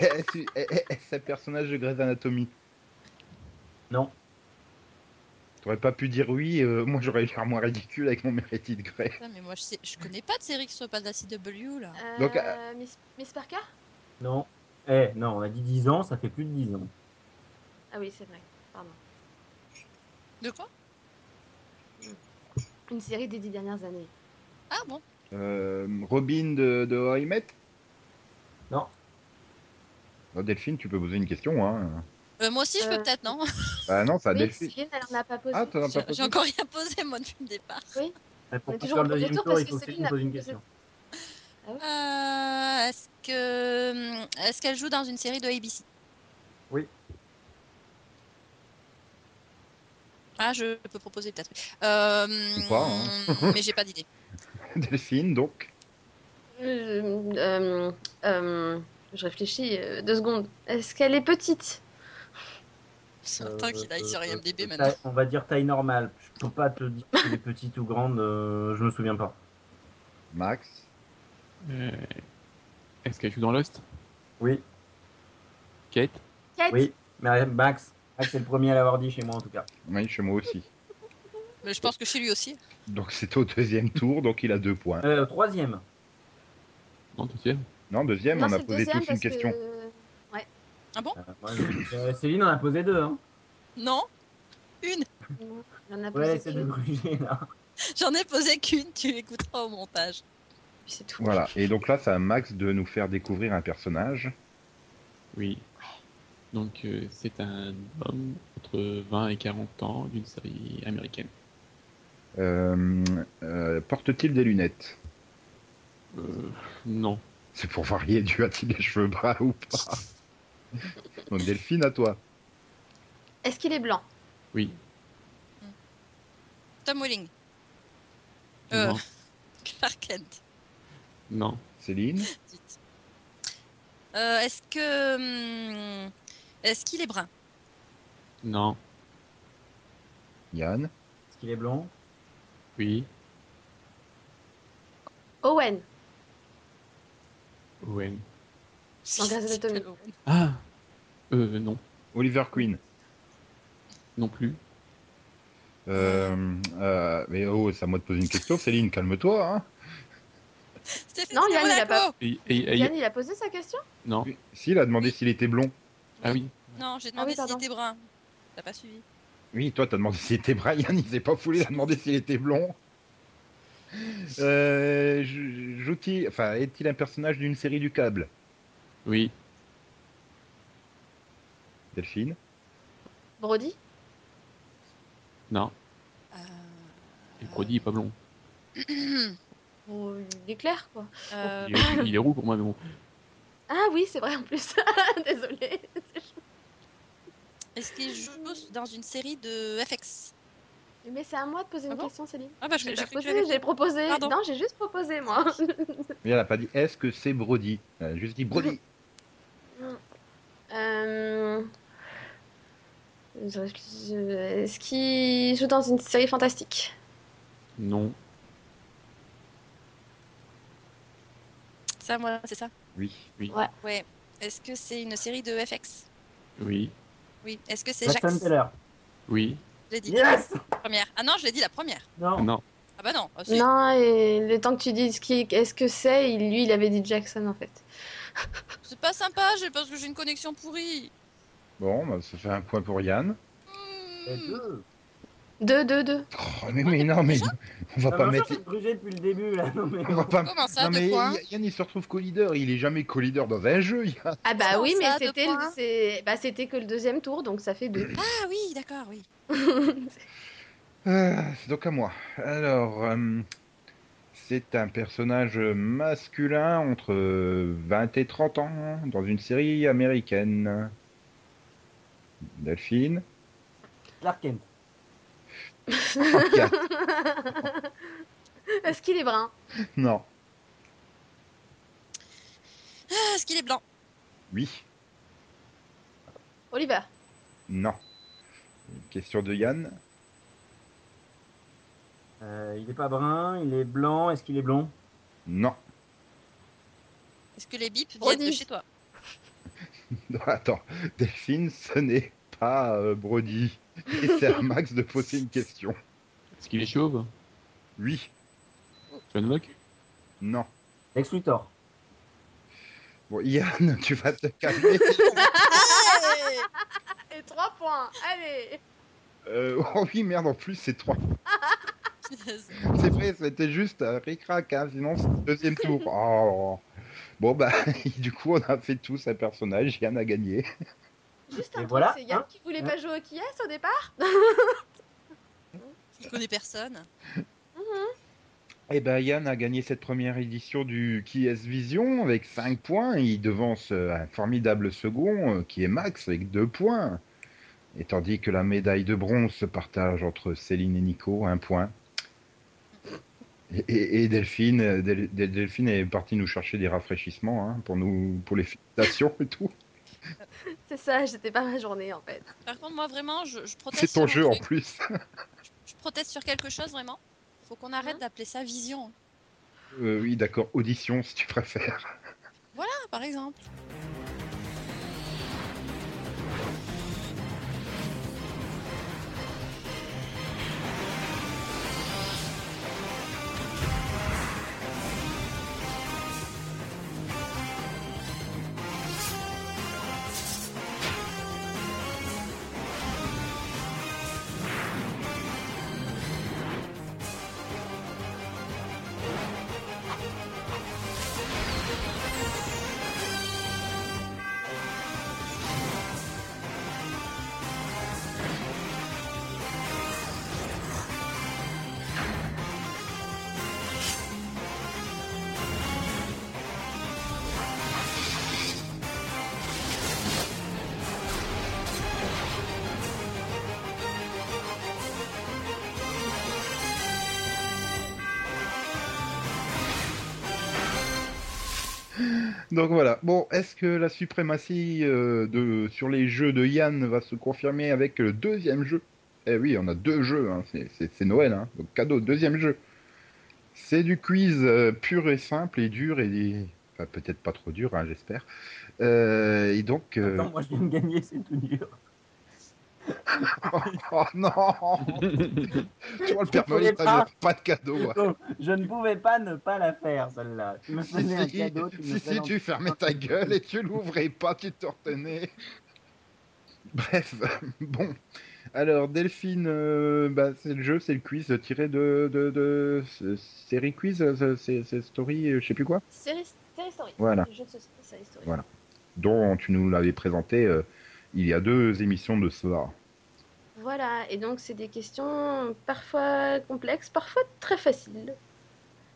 Speaker 1: Est-ce est-ce un personnage de Grey's Anatomy
Speaker 3: Non
Speaker 1: T'aurais pas pu dire oui, euh, moi j'aurais eu l'air moins ridicule avec mon Meredith Grey.
Speaker 4: Putain, mais moi, je, sais, je connais pas de série qui soit pas de la CW, là.
Speaker 5: Euh,
Speaker 1: Donc, euh,
Speaker 5: Miss, Miss Parker
Speaker 3: Non Eh, non, on a dit 10 ans, ça fait plus de 10 ans.
Speaker 5: Ah oui, c'est vrai. Pardon.
Speaker 4: De quoi
Speaker 5: Une série des dix dernières années.
Speaker 4: Ah bon
Speaker 1: Euh, Robin de, de How I Met
Speaker 3: Non.
Speaker 1: Oh, Delphine, tu peux poser une question. Hein.
Speaker 4: Euh, Moi aussi, je peux
Speaker 5: Euh,
Speaker 4: peut-être, non
Speaker 1: Ah non, ça
Speaker 5: oui,
Speaker 1: Delphine.
Speaker 5: Céline, elle en a pas posé.
Speaker 1: Ah, t'en as pas
Speaker 4: J'ai j'ai
Speaker 1: posé
Speaker 4: encore rien posé, moi, depuis le départ.
Speaker 3: Mais Eh, Pour
Speaker 5: est
Speaker 3: pas
Speaker 5: toujours
Speaker 3: faire le
Speaker 5: au premier
Speaker 3: deuxième
Speaker 5: tour
Speaker 3: tour,
Speaker 5: parce
Speaker 3: il
Speaker 5: que
Speaker 3: faut que Céline
Speaker 5: Céline n'a
Speaker 3: pose une
Speaker 5: pas posé
Speaker 3: question.
Speaker 4: Euh, est-ce que est-ce qu'elle joue dans une série de ABC
Speaker 3: Oui.
Speaker 4: Ah, je peux proposer peut-être. Euh,
Speaker 1: Ou pas, hein.
Speaker 4: [laughs] mais j'ai pas d'idée.
Speaker 1: [laughs] Delphine, donc.
Speaker 5: Euh, euh, euh, je réfléchis euh, deux secondes. Est-ce qu'elle est petite
Speaker 4: J'entends qu'il aille
Speaker 3: Euh,
Speaker 4: sur
Speaker 3: euh,
Speaker 4: IMDb
Speaker 3: euh,
Speaker 4: maintenant.
Speaker 3: taille- On va dire taille normale. Je peux pas te dire si elle est petite ou grande, euh, je me souviens pas.
Speaker 1: Max.
Speaker 2: Euh, Est-ce qu'elle joue dans Lost
Speaker 3: Oui,
Speaker 2: Kate
Speaker 5: Kate
Speaker 3: oui. Mais Max, Max est le premier à l'avoir dit chez moi en tout cas.
Speaker 1: Oui, chez moi aussi.
Speaker 4: Mais je pense que chez lui aussi.
Speaker 1: Donc c'était au deuxième tour, donc il a deux points.
Speaker 3: Euh, troisième.
Speaker 2: Non, deuxième.
Speaker 1: Non, deuxième,
Speaker 5: Non,
Speaker 1: on a
Speaker 5: c'est le
Speaker 1: posé
Speaker 5: deuxième
Speaker 1: tous une
Speaker 5: parce
Speaker 1: question.
Speaker 5: que-
Speaker 3: Euh, moi, je- euh, Céline en a posé deux. Hein.
Speaker 4: Non, une.
Speaker 5: Non, il en a
Speaker 3: Ouais,
Speaker 5: posé
Speaker 3: essaie de
Speaker 5: qu'une,
Speaker 3: corriger là.
Speaker 4: J'en ai posé qu'une. Tu l'écouteras au montage.
Speaker 5: puis c'est tout.
Speaker 1: Voilà. Et donc là, ça à Max de nous faire découvrir un personnage.
Speaker 2: Oui. Donc euh, c'est un homme entre 20 et 40 ans d'une série américaine.
Speaker 1: Euh, euh, Porte-t-il des lunettes
Speaker 2: Euh, non.
Speaker 1: C'est pour varier du a-t-il les cheveux bras ou pas Donc Delphine, à toi.
Speaker 5: Est-ce qu'il est blanc
Speaker 2: Oui.
Speaker 4: Tom Welling, Euh.
Speaker 2: Non.
Speaker 4: Clark Kent.
Speaker 2: Non.
Speaker 1: Céline.
Speaker 4: dites. Euh, est-ce que hum, est-ce qu'il est brun
Speaker 2: Non.
Speaker 1: Yann.
Speaker 3: Est-ce qu'il est blanc
Speaker 2: Oui.
Speaker 5: Owen
Speaker 2: Owen.
Speaker 5: Dans Grey's Anatomy.
Speaker 2: Ah Euh, non.
Speaker 1: Oliver Queen.
Speaker 2: Non plus.
Speaker 1: Euh, euh, mais oh, c'est à moi de poser une question. Céline, calme-toi. hein.
Speaker 4: Stéphane
Speaker 5: Non, Yann, il a
Speaker 4: Monaco.
Speaker 5: pas-
Speaker 2: Et- et- et-
Speaker 5: Yann, il a posé sa question
Speaker 2: Non.
Speaker 1: Si, il a demandé s'il était blond.
Speaker 2: Ah oui.
Speaker 4: Non, j'ai
Speaker 5: Ah oui,
Speaker 4: demandé s'il
Speaker 5: pardon.
Speaker 4: était brun. T'as pas suivi.
Speaker 1: Oui, toi, t'as demandé [laughs] s'il était Brian, il s'est pas foulé, il a demandé s'il était blond. Euh, jou- joue-t-il- enfin, est-il un personnage d'une série du câble
Speaker 2: Oui.
Speaker 1: Delphine
Speaker 5: Brody
Speaker 2: Non. Et Brody est pas blond.
Speaker 4: Euh,
Speaker 5: Bon, Il est clair, quoi.
Speaker 4: euh,
Speaker 2: Il est, il est roux pour moi, mais bon.
Speaker 5: Ah oui, c'est vrai en plus. [laughs] Désolée.
Speaker 4: Est-ce qu'il joue dans une série de FX
Speaker 5: Mais c'est à moi de poser
Speaker 4: Ah
Speaker 5: une
Speaker 4: bon
Speaker 5: question, Céline.
Speaker 4: Ah bah je
Speaker 5: J'ai
Speaker 4: j'ai
Speaker 5: pas
Speaker 4: cru que tu
Speaker 5: posé,
Speaker 4: avais-
Speaker 5: j'ai proposé.
Speaker 4: Pardon. Ah,
Speaker 5: Non, j'ai juste proposé, moi.
Speaker 1: Mais elle a pas dit est-ce que c'est Brody Elle a juste dit Brody.
Speaker 5: [laughs] Euh, je réfléchis, euh, Est-ce qu'il joue dans une série fantastique
Speaker 2: Non.
Speaker 4: C'est à moi, c'est ça
Speaker 1: Oui.
Speaker 2: Oui.
Speaker 5: Ouais.
Speaker 4: Ouais. Est-ce que c'est une série de FX
Speaker 2: Oui.
Speaker 4: Oui. Est-ce que c'est
Speaker 3: Jackson
Speaker 4: Jax
Speaker 3: Taylor.
Speaker 2: Oui.
Speaker 4: Je l'ai dit.
Speaker 3: Yes
Speaker 4: La première. Ah non, je l'ai dit la première.
Speaker 3: Non.
Speaker 2: Non.
Speaker 4: Ah bah non. oh, si.
Speaker 5: Non, et le temps que tu dises qui est-ce que c'est, il- lui, il avait dit Jackson en fait.
Speaker 4: C'est pas sympa, j'ai- parce que j'ai une connexion pourrie.
Speaker 1: Bon, bah, ça fait un point pour Yann. Euh,
Speaker 3: Et
Speaker 4: Hmm.
Speaker 3: deux.
Speaker 5: Deux, deux, deux.
Speaker 1: Oh, mais, mais non, mais on va
Speaker 3: Ah,
Speaker 1: pas
Speaker 3: mais
Speaker 1: mettre.
Speaker 3: ça, c'est brûlé depuis le début là. Non, mais...
Speaker 1: On va pas...
Speaker 4: Comment ça,
Speaker 1: Non,
Speaker 4: deux
Speaker 1: mais
Speaker 4: points
Speaker 1: Y- Yann, il se retrouve co-leader. Il est jamais co-leader dans un jeu. Yann.
Speaker 5: Ah bah
Speaker 4: Comment
Speaker 5: oui, mais
Speaker 4: ça, deux
Speaker 5: c'était
Speaker 4: points
Speaker 5: le- c'est- bah, c'était que le deuxième tour, donc ça
Speaker 4: [coughs]
Speaker 5: fait deux.
Speaker 4: Ah oui, d'accord, oui.
Speaker 1: Euh, c'est donc à moi. Alors, euh, c'est un personnage masculin entre euh, 20 et 30 ans dans une série américaine. Delphine.
Speaker 3: Clark Kent.
Speaker 1: Clark Kent.
Speaker 5: Est-ce qu'il est brun
Speaker 1: non.
Speaker 4: Ah, Est-ce qu'il est blanc
Speaker 1: Oui.
Speaker 5: Oliver
Speaker 1: Non. Question de Yann.
Speaker 3: Euh, il est pas brun, il est blanc. Est-ce qu'il est blond
Speaker 1: Non.
Speaker 4: Est-ce que les bips
Speaker 5: Brody.
Speaker 4: viennent de chez
Speaker 5: [laughs]
Speaker 4: toi [laughs]
Speaker 1: Non, Attends. Delphine, ce n'est pas euh, Brody. Et c'est à Max de poser une question.
Speaker 2: Est-ce qu'il est chauve
Speaker 1: Oui.
Speaker 2: John Locke
Speaker 1: Non.
Speaker 3: Lex Luthor.
Speaker 1: Bon, Yann, tu vas te calmer.
Speaker 5: Et trois points, allez
Speaker 1: Euh, oh oui, merde, en plus, c'est 3 C'est vrai, c'était juste un ric-rac, hein, sinon c'est le deuxième tour. Oh. Bon, bah, [laughs] du coup, on a fait tous un personnage, Yann a gagné.
Speaker 5: Juste
Speaker 3: Et
Speaker 5: un truc,
Speaker 3: voilà,
Speaker 5: c'est Yann
Speaker 3: hein.
Speaker 5: qui voulait pas jouer au qui est au départ
Speaker 4: Il connaît personne.
Speaker 1: Et ben, Yann a gagné cette première édition du Qui est Vision avec 5 points. Il devance euh, un formidable second euh, qui est Max avec 2 points. Et tandis que la médaille de bronze se partage entre Céline et Nico, 1 point. Et, et- et Delphine, euh, Del- Del- Delphine est partie nous chercher des rafraîchissements hein, pour, nous, pour les félicitations et tout.
Speaker 5: C'est ça, [laughs] j'étais pas ma journée en fait.
Speaker 4: Par contre, moi, vraiment, je, je proteste.
Speaker 1: C'est ton
Speaker 4: sur un
Speaker 1: jeu en
Speaker 4: truc.
Speaker 1: plus.
Speaker 4: Je proteste sur quelque chose, vraiment. Faut qu'on
Speaker 5: Hein
Speaker 4: arrête d'appeler ça vision,
Speaker 1: [laughs] Euh, oui, d'accord, audition si tu préfères.
Speaker 4: Ah, par exemple.
Speaker 1: Donc voilà. Bon, est-ce que la suprématie euh, de, sur les jeux de Yann va se confirmer avec le deuxième jeu Eh oui, on a deux jeux, hein, c'est- c'est c'est Noël, hein, donc cadeau, deuxième jeu. C'est du quiz euh, pur et simple et dur et. enfin, peut-être pas trop dur, hein, j'espère. Euh, et donc. euh,
Speaker 3: Attends, moi je viens de gagner, c'est tout dur.
Speaker 1: [laughs] Oh
Speaker 3: [laughs]
Speaker 1: non Tu vois, le Père Noël,
Speaker 3: pouvais pas.
Speaker 1: t'as pas de cadeau. hein.
Speaker 3: Donc, je ne pouvais pas ne pas la faire celle-là. Tu me
Speaker 1: Si,
Speaker 3: faisais un
Speaker 1: [laughs] si,
Speaker 3: cadeau, tu me
Speaker 1: si, si,
Speaker 3: présentes-
Speaker 1: tu fermais ta gueule et tu l'ouvrais pas, tu te retenais. [laughs] Bref, [laughs] bon. Alors, Delphine, euh, bah, c'est le jeu, c'est le quiz euh, tiré de, de, de s- série quiz, euh, c'est- c'est c'est story, euh, je sais plus quoi,
Speaker 5: Série, série story.
Speaker 1: Voilà.
Speaker 5: Le jeu de société, série story.
Speaker 1: Voilà. dont tu nous l'avais présenté euh, il y a deux émissions de cela.
Speaker 5: Voilà, et donc c'est des questions parfois complexes, parfois très faciles.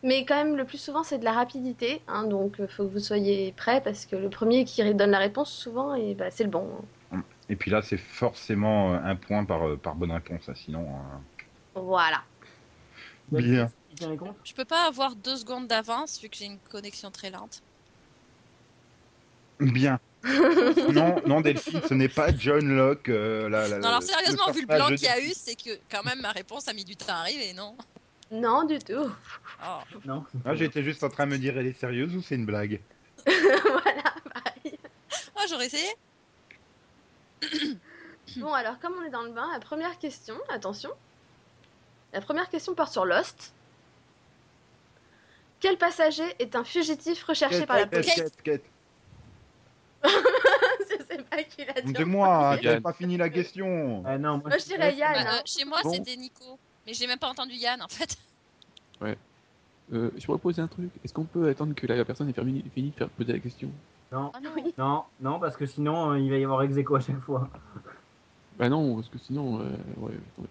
Speaker 5: Mais quand même, le plus souvent, c'est de la rapidité, hein, donc il faut que vous soyez prêts, parce que le premier qui donne la réponse, souvent, et bah, c'est le bon.
Speaker 1: Et puis là, c'est forcément euh, un point par, euh, par bonne réponse, hein, sinon. hein.
Speaker 5: Voilà.
Speaker 1: Bien.
Speaker 3: Tu tiens les comptes
Speaker 4: Je peux pas avoir deux secondes d'avance vu que j'ai une connexion très lente.
Speaker 1: Bien. non, non, Delphine, ce n'est pas John Locke. euh, la- la-
Speaker 4: Non, alors
Speaker 1: le
Speaker 4: sérieusement, vu le
Speaker 1: personnage
Speaker 4: blanc
Speaker 1: de
Speaker 4: qu'il y a eu, c'est que quand même ma réponse a mis du temps à arriver, non
Speaker 5: Non, du tout. [laughs]
Speaker 4: Oh.
Speaker 3: Non.
Speaker 1: Ah, j'étais juste en train de me dire, elle est sérieuse ou c'est une blague
Speaker 5: voilà, pareil.
Speaker 4: Oh, j'aurais essayé.
Speaker 5: Bon, alors, comme on est dans le bain, la première question, attention. La première question porte sur Lost. Quel passager est un fugitif recherché
Speaker 1: Kate,
Speaker 5: par la
Speaker 1: Kate,
Speaker 5: police
Speaker 1: Kate, Kate.
Speaker 5: [laughs] Je sais pas qui l'a dit.
Speaker 1: De moi, hein,
Speaker 2: Yann.
Speaker 1: t'as pas fini la question.
Speaker 3: Ah non, moi,
Speaker 5: Moi, je dirais Yann.
Speaker 4: Bah,
Speaker 5: hein.
Speaker 4: euh, chez moi,
Speaker 2: Bon.
Speaker 4: c'était Nico. Mais j'ai même pas entendu Yann en
Speaker 5: [laughs]
Speaker 4: fait.
Speaker 2: Euh, je propose un truc. Est-ce qu'on peut attendre que la personne ait fini, fini de faire poser la question
Speaker 3: Non,
Speaker 4: Ah non.
Speaker 3: non, non, parce que sinon, euh, il va y avoir ex aequo à chaque fois.
Speaker 2: Bah non, parce que sinon, euh, ouais. ouais.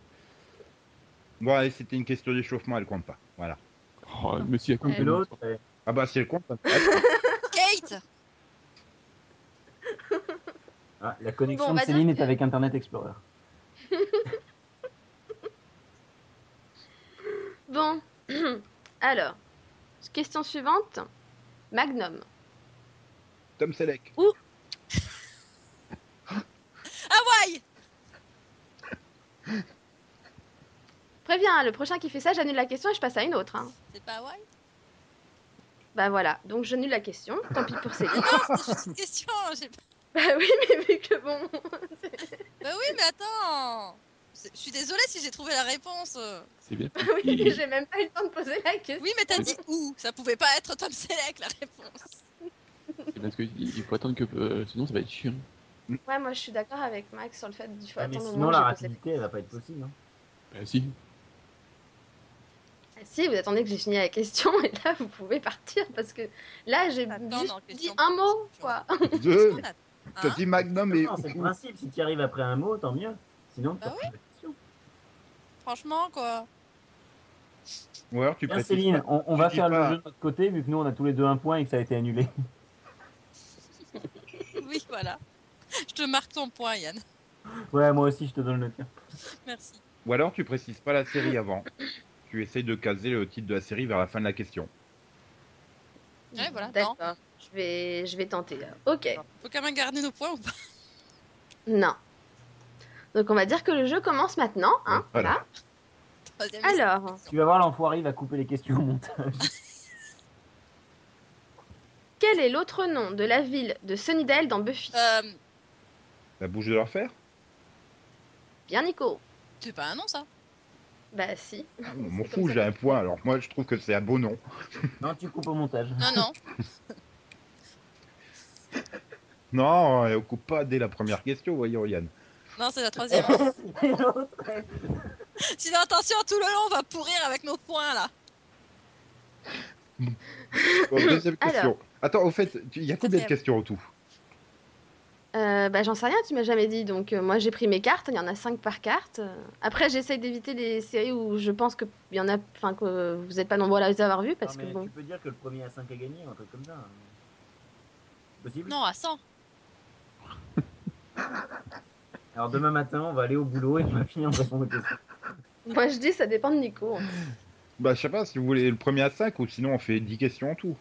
Speaker 1: Bon, allez, c'était une question d'échauffement, elle compte pas. Voilà.
Speaker 2: Oh, monsieur, à compte
Speaker 4: Et
Speaker 3: Et
Speaker 2: de
Speaker 3: l'autre, euh,
Speaker 1: Ah bah, si elle compte, ça
Speaker 4: Kate
Speaker 3: ah, la connexion
Speaker 5: Bon, on
Speaker 3: de
Speaker 5: va dire
Speaker 3: Céline
Speaker 5: que-
Speaker 3: est avec Internet Explorer.
Speaker 5: Bon, [clears throat] alors, question suivante. Magnum.
Speaker 1: Tom
Speaker 5: [laughs]
Speaker 1: Selleck.
Speaker 4: Hawaï
Speaker 5: Préviens, le prochain qui fait ça, j'annule la question et je passe à une autre. hein.
Speaker 4: C'est pas Hawaï
Speaker 5: Bah voilà, donc j'annule la question. Tant pis
Speaker 3: [laughs]
Speaker 5: pour Céline.
Speaker 4: Non, c'est juste une question. j'ai pas-
Speaker 5: bah oui, mais vu que bon. [laughs]
Speaker 4: Bah oui, mais attends C'est- Je suis désolée si j'ai trouvé la réponse.
Speaker 2: C'est bien.
Speaker 3: [laughs]
Speaker 5: oui, j'ai même pas eu le temps de poser la question.
Speaker 4: Oui, mais t'as dit où Ça pouvait pas être Tom Selleck la réponse.
Speaker 2: C'est parce qu'il faut attendre que. euh, sinon, ça va être chiant.
Speaker 5: Ouais, moi je suis d'accord avec Max sur le fait qu'il faut
Speaker 3: Ah, mais
Speaker 5: attendre au
Speaker 3: sinon,
Speaker 5: moment
Speaker 3: la
Speaker 5: où j'ai posé
Speaker 3: rapidité, elle va pas être possible. hein.
Speaker 2: Bah si.
Speaker 5: Ah Si, vous attendez que j'ai fini la question [laughs] et là vous pouvez partir parce que là j'ai
Speaker 4: Attends,
Speaker 5: juste
Speaker 4: non,
Speaker 5: dit
Speaker 4: question
Speaker 5: un
Speaker 4: pour-
Speaker 5: mot quoi.
Speaker 1: Deux.
Speaker 4: Qu'est-ce qu'on a Hein
Speaker 1: Je te dis Magnum et.
Speaker 3: Non, c'est le principe. Si tu arrives après un mot, tant mieux. Sinon, tu
Speaker 4: Bah
Speaker 3: la question.
Speaker 4: Franchement, quoi. [laughs]
Speaker 1: Ou alors tu
Speaker 3: Bien,
Speaker 1: précises.
Speaker 3: Céline, on, on
Speaker 1: tu
Speaker 3: va
Speaker 1: dis
Speaker 3: faire
Speaker 1: pas.
Speaker 3: le jeu de notre côté, vu que nous, on a tous les deux un point et que ça a été annulé.
Speaker 4: Oui, voilà. Je te marque ton point, Yann. [laughs]
Speaker 3: Ouais, moi aussi, je te donne le tien.
Speaker 4: Merci.
Speaker 1: Ou alors tu précises pas la série avant. Tu essayes de caser le titre de la série vers la fin de la question.
Speaker 4: Ouais, voilà,
Speaker 5: [laughs] D'accord. Je vais, je vais tenter. alors. Ok.
Speaker 4: Faut quand même garder nos points ou pas
Speaker 5: Non. Donc on va dire que le jeu commence maintenant. Hein,
Speaker 1: Voilà.
Speaker 4: Troisième
Speaker 5: voilà. Alors,
Speaker 3: Tu vas voir, l'enfoiré il va couper les questions au montage.
Speaker 5: quel est l'autre nom de la ville de Sunnydale dans Buffy
Speaker 4: Euh,
Speaker 1: La bouche de l'enfer
Speaker 5: Bien Nico.
Speaker 4: c'est pas un nom, ça
Speaker 5: Bah si.
Speaker 1: Ah, On m'en
Speaker 5: C'est comme
Speaker 1: fout,
Speaker 5: ça.
Speaker 1: j'ai un point. Alors moi, je trouve que c'est un beau nom.
Speaker 3: non, tu coupes au
Speaker 5: [laughs]
Speaker 3: montage.
Speaker 4: Non, non.
Speaker 1: Non, on coupe pas dès la première question, voyons Yann.
Speaker 4: Non, c'est la troisième.
Speaker 3: Et l'autre, elle-
Speaker 4: Sinon, attention, tout le long, on va pourrir avec nos points, là.
Speaker 1: Bon, deuxième question.
Speaker 5: Alors.
Speaker 1: Attends, au fait, tu- il y a combien de
Speaker 4: Quatrième.
Speaker 1: questions en tout
Speaker 5: Euh, bah j'en sais rien, tu m'as jamais dit. Donc euh, moi j'ai pris mes cartes, il y en a 5 par carte. Euh, Après j'essaye d'éviter les séries où je pense que il y en a, enfin que euh, vous n'êtes pas nombreux à les avoir vues parce
Speaker 3: Non, Ah, mais
Speaker 5: que bon.
Speaker 3: Tu peux dire que le premier à 5 a gagné, un truc comme ça. hein. Possible
Speaker 4: Non, à 100.
Speaker 3: Alors demain matin, on va aller au boulot et ma fille, on répond aux questions.
Speaker 5: Moi je dis ça dépend de Nico. en
Speaker 1: Bah, je sais pas si vous voulez le premier à 5 ou sinon on fait 10 questions en tout.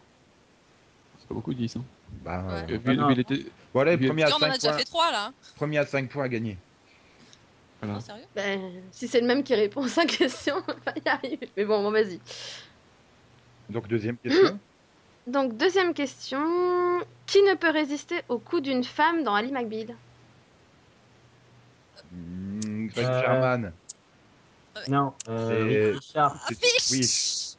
Speaker 2: C'est pas beaucoup, 10. Hein.
Speaker 1: Bah,
Speaker 4: Ouais.
Speaker 1: euh,
Speaker 2: Euh, vu-
Speaker 3: non.
Speaker 2: vu l'été-
Speaker 1: voilà, le
Speaker 2: Bien.
Speaker 1: premier à
Speaker 4: Tiens, on en
Speaker 1: 5
Speaker 4: a déjà
Speaker 1: points, Hein
Speaker 4: fait 3, là.
Speaker 1: premier à cinq points à gagner.
Speaker 2: Voilà.
Speaker 4: Non, sérieux
Speaker 5: Ben, si c'est le même qui répond à [laughs] sa question, on va y arriver. Mais bon, bon vas-y.
Speaker 1: Donc, deuxième
Speaker 4: [laughs]
Speaker 1: question.
Speaker 5: Donc, deuxième question. Qui ne peut résister au coup d'une femme dans Ali McBeal
Speaker 1: Mmh, Greg
Speaker 3: Euh,
Speaker 1: Sherman.
Speaker 3: Non, euh,
Speaker 1: C'est-
Speaker 3: Richard.
Speaker 4: Affiche
Speaker 1: Oui.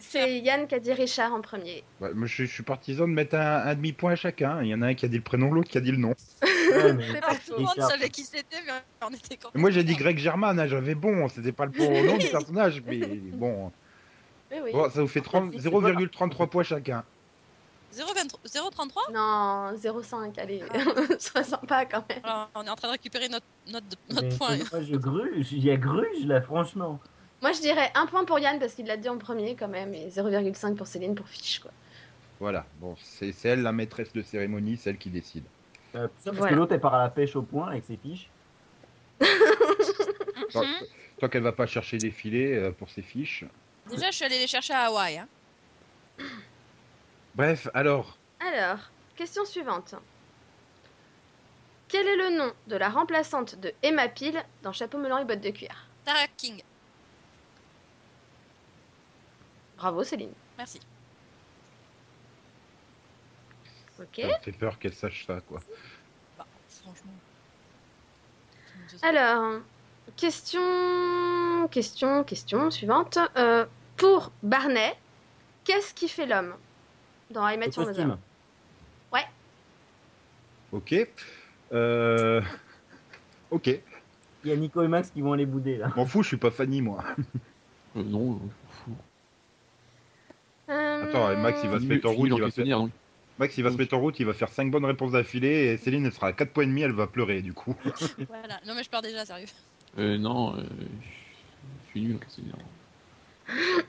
Speaker 5: C'est Yann qui a dit Richard en premier.
Speaker 1: Bah, moi, je, je suis partisan de mettre un, un demi-point à chacun. Il y en a un qui a dit le prénom, l'autre qui a dit le nom.
Speaker 3: Ouais, mais-
Speaker 5: C'est pas
Speaker 4: Tout
Speaker 5: faux.
Speaker 4: le monde
Speaker 3: Richard.
Speaker 4: savait qui c'était, mais on était contents.
Speaker 1: Et moi, j'ai dit Greg German, hein, j'avais bon. C'était pas le bon nom
Speaker 4: [laughs]
Speaker 1: du personnage, mais bon.
Speaker 5: Oui, oui.
Speaker 1: Bon, ça vous fait 30
Speaker 3: C'est quoi
Speaker 1: 0,33 points chacun.
Speaker 4: 0,23 0,33
Speaker 5: Non, 05, allez. [laughs] Sois sympa quand même.
Speaker 4: Alors, on est en train de récupérer notre, notre, notre
Speaker 3: mais- Ben,
Speaker 4: point.
Speaker 1: Mhm.
Speaker 3: Moi, je gruge. Il y a gruge, là, franchement.
Speaker 5: Moi, je dirais un point pour Yann parce qu'il l'a dit en premier quand même. Et 0,5 pour Céline pour Fiche, quoi.
Speaker 1: Voilà. Bon, c'est c'est elle la maîtresse de cérémonie, celle qui décide.
Speaker 3: Euh, tout ça parce
Speaker 5: Voilà.
Speaker 3: que l'autre, elle part à la pêche au point avec ses fiches.
Speaker 1: Tant,
Speaker 4: Mhm.
Speaker 1: tant qu'elle va pas chercher des filets euh, pour ses fiches.
Speaker 4: Déjà, je suis allée les chercher à Hawaï. hein.
Speaker 1: Bref, alors,
Speaker 5: Alors, question suivante. Quel est le nom de la remplaçante de Emma Peel dans Chapeau melon et bottes de cuir
Speaker 4: Tara King.
Speaker 5: Bravo, Céline.
Speaker 4: Merci.
Speaker 5: Ok.
Speaker 1: Ah, ça me fait peur qu'elle sache ça, quoi.
Speaker 4: Franchement.
Speaker 5: Alors, question, question, question suivante. Euh, pour Barney, qu'est-ce qui fait l'homme dans
Speaker 4: Bah,
Speaker 5: I Met Your Mother
Speaker 3: Costume.
Speaker 1: Ok. Euh... Ok.
Speaker 3: Il y a Nico et Max qui vont aller bouder là.
Speaker 1: M'en fous, je suis pas Fanny, moi.
Speaker 2: Euh, non, euh, fou.
Speaker 5: Euh,
Speaker 1: Attends, et Max, il va se
Speaker 2: Fini-
Speaker 1: mettre en
Speaker 2: fini
Speaker 1: route, il va
Speaker 2: l'enquête
Speaker 1: faire-
Speaker 2: venir, donc.
Speaker 1: Max, il va se mettre en route, il va faire 5 bonnes réponses d'affilée, et Céline, elle sera à 4 points et demi, elle va pleurer, du coup. [laughs]
Speaker 4: Voilà. Non, mais je pars déjà, sérieux.
Speaker 2: Euh, non, euh, je- je suis nul en enquête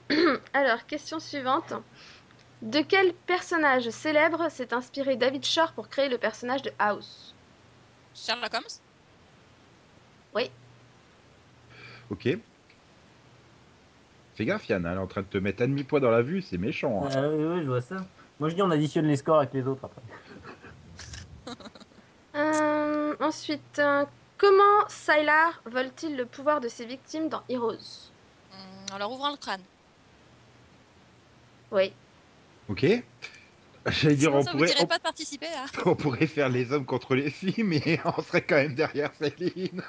Speaker 2: venir.
Speaker 5: [clears throat] Alors, question suivante. De quel personnage célèbre s'est inspiré David Shore pour créer le personnage de House
Speaker 4: Sherlock Holmes
Speaker 1: Ok. Fais gaffe, Yann, elle est en train de te mettre à demi-poids dans la vue, c'est méchant. hein.
Speaker 3: Ah oui, oui, je vois ça. Moi je dis on additionne les scores avec les autres après.
Speaker 5: Euh, Ensuite, euh, comment Sylar vole-t-il le pouvoir de ses victimes dans Heroes
Speaker 4: Hum, Alors, ouvrant le crâne.
Speaker 5: Oui.
Speaker 1: Ok. [laughs] J'allais dire,
Speaker 4: Sinon,
Speaker 1: on
Speaker 4: ça vous
Speaker 1: pourrait,
Speaker 4: dirait pas de participer là
Speaker 1: on pourrait faire les hommes contre les filles, mais [laughs] on serait quand même derrière Céline.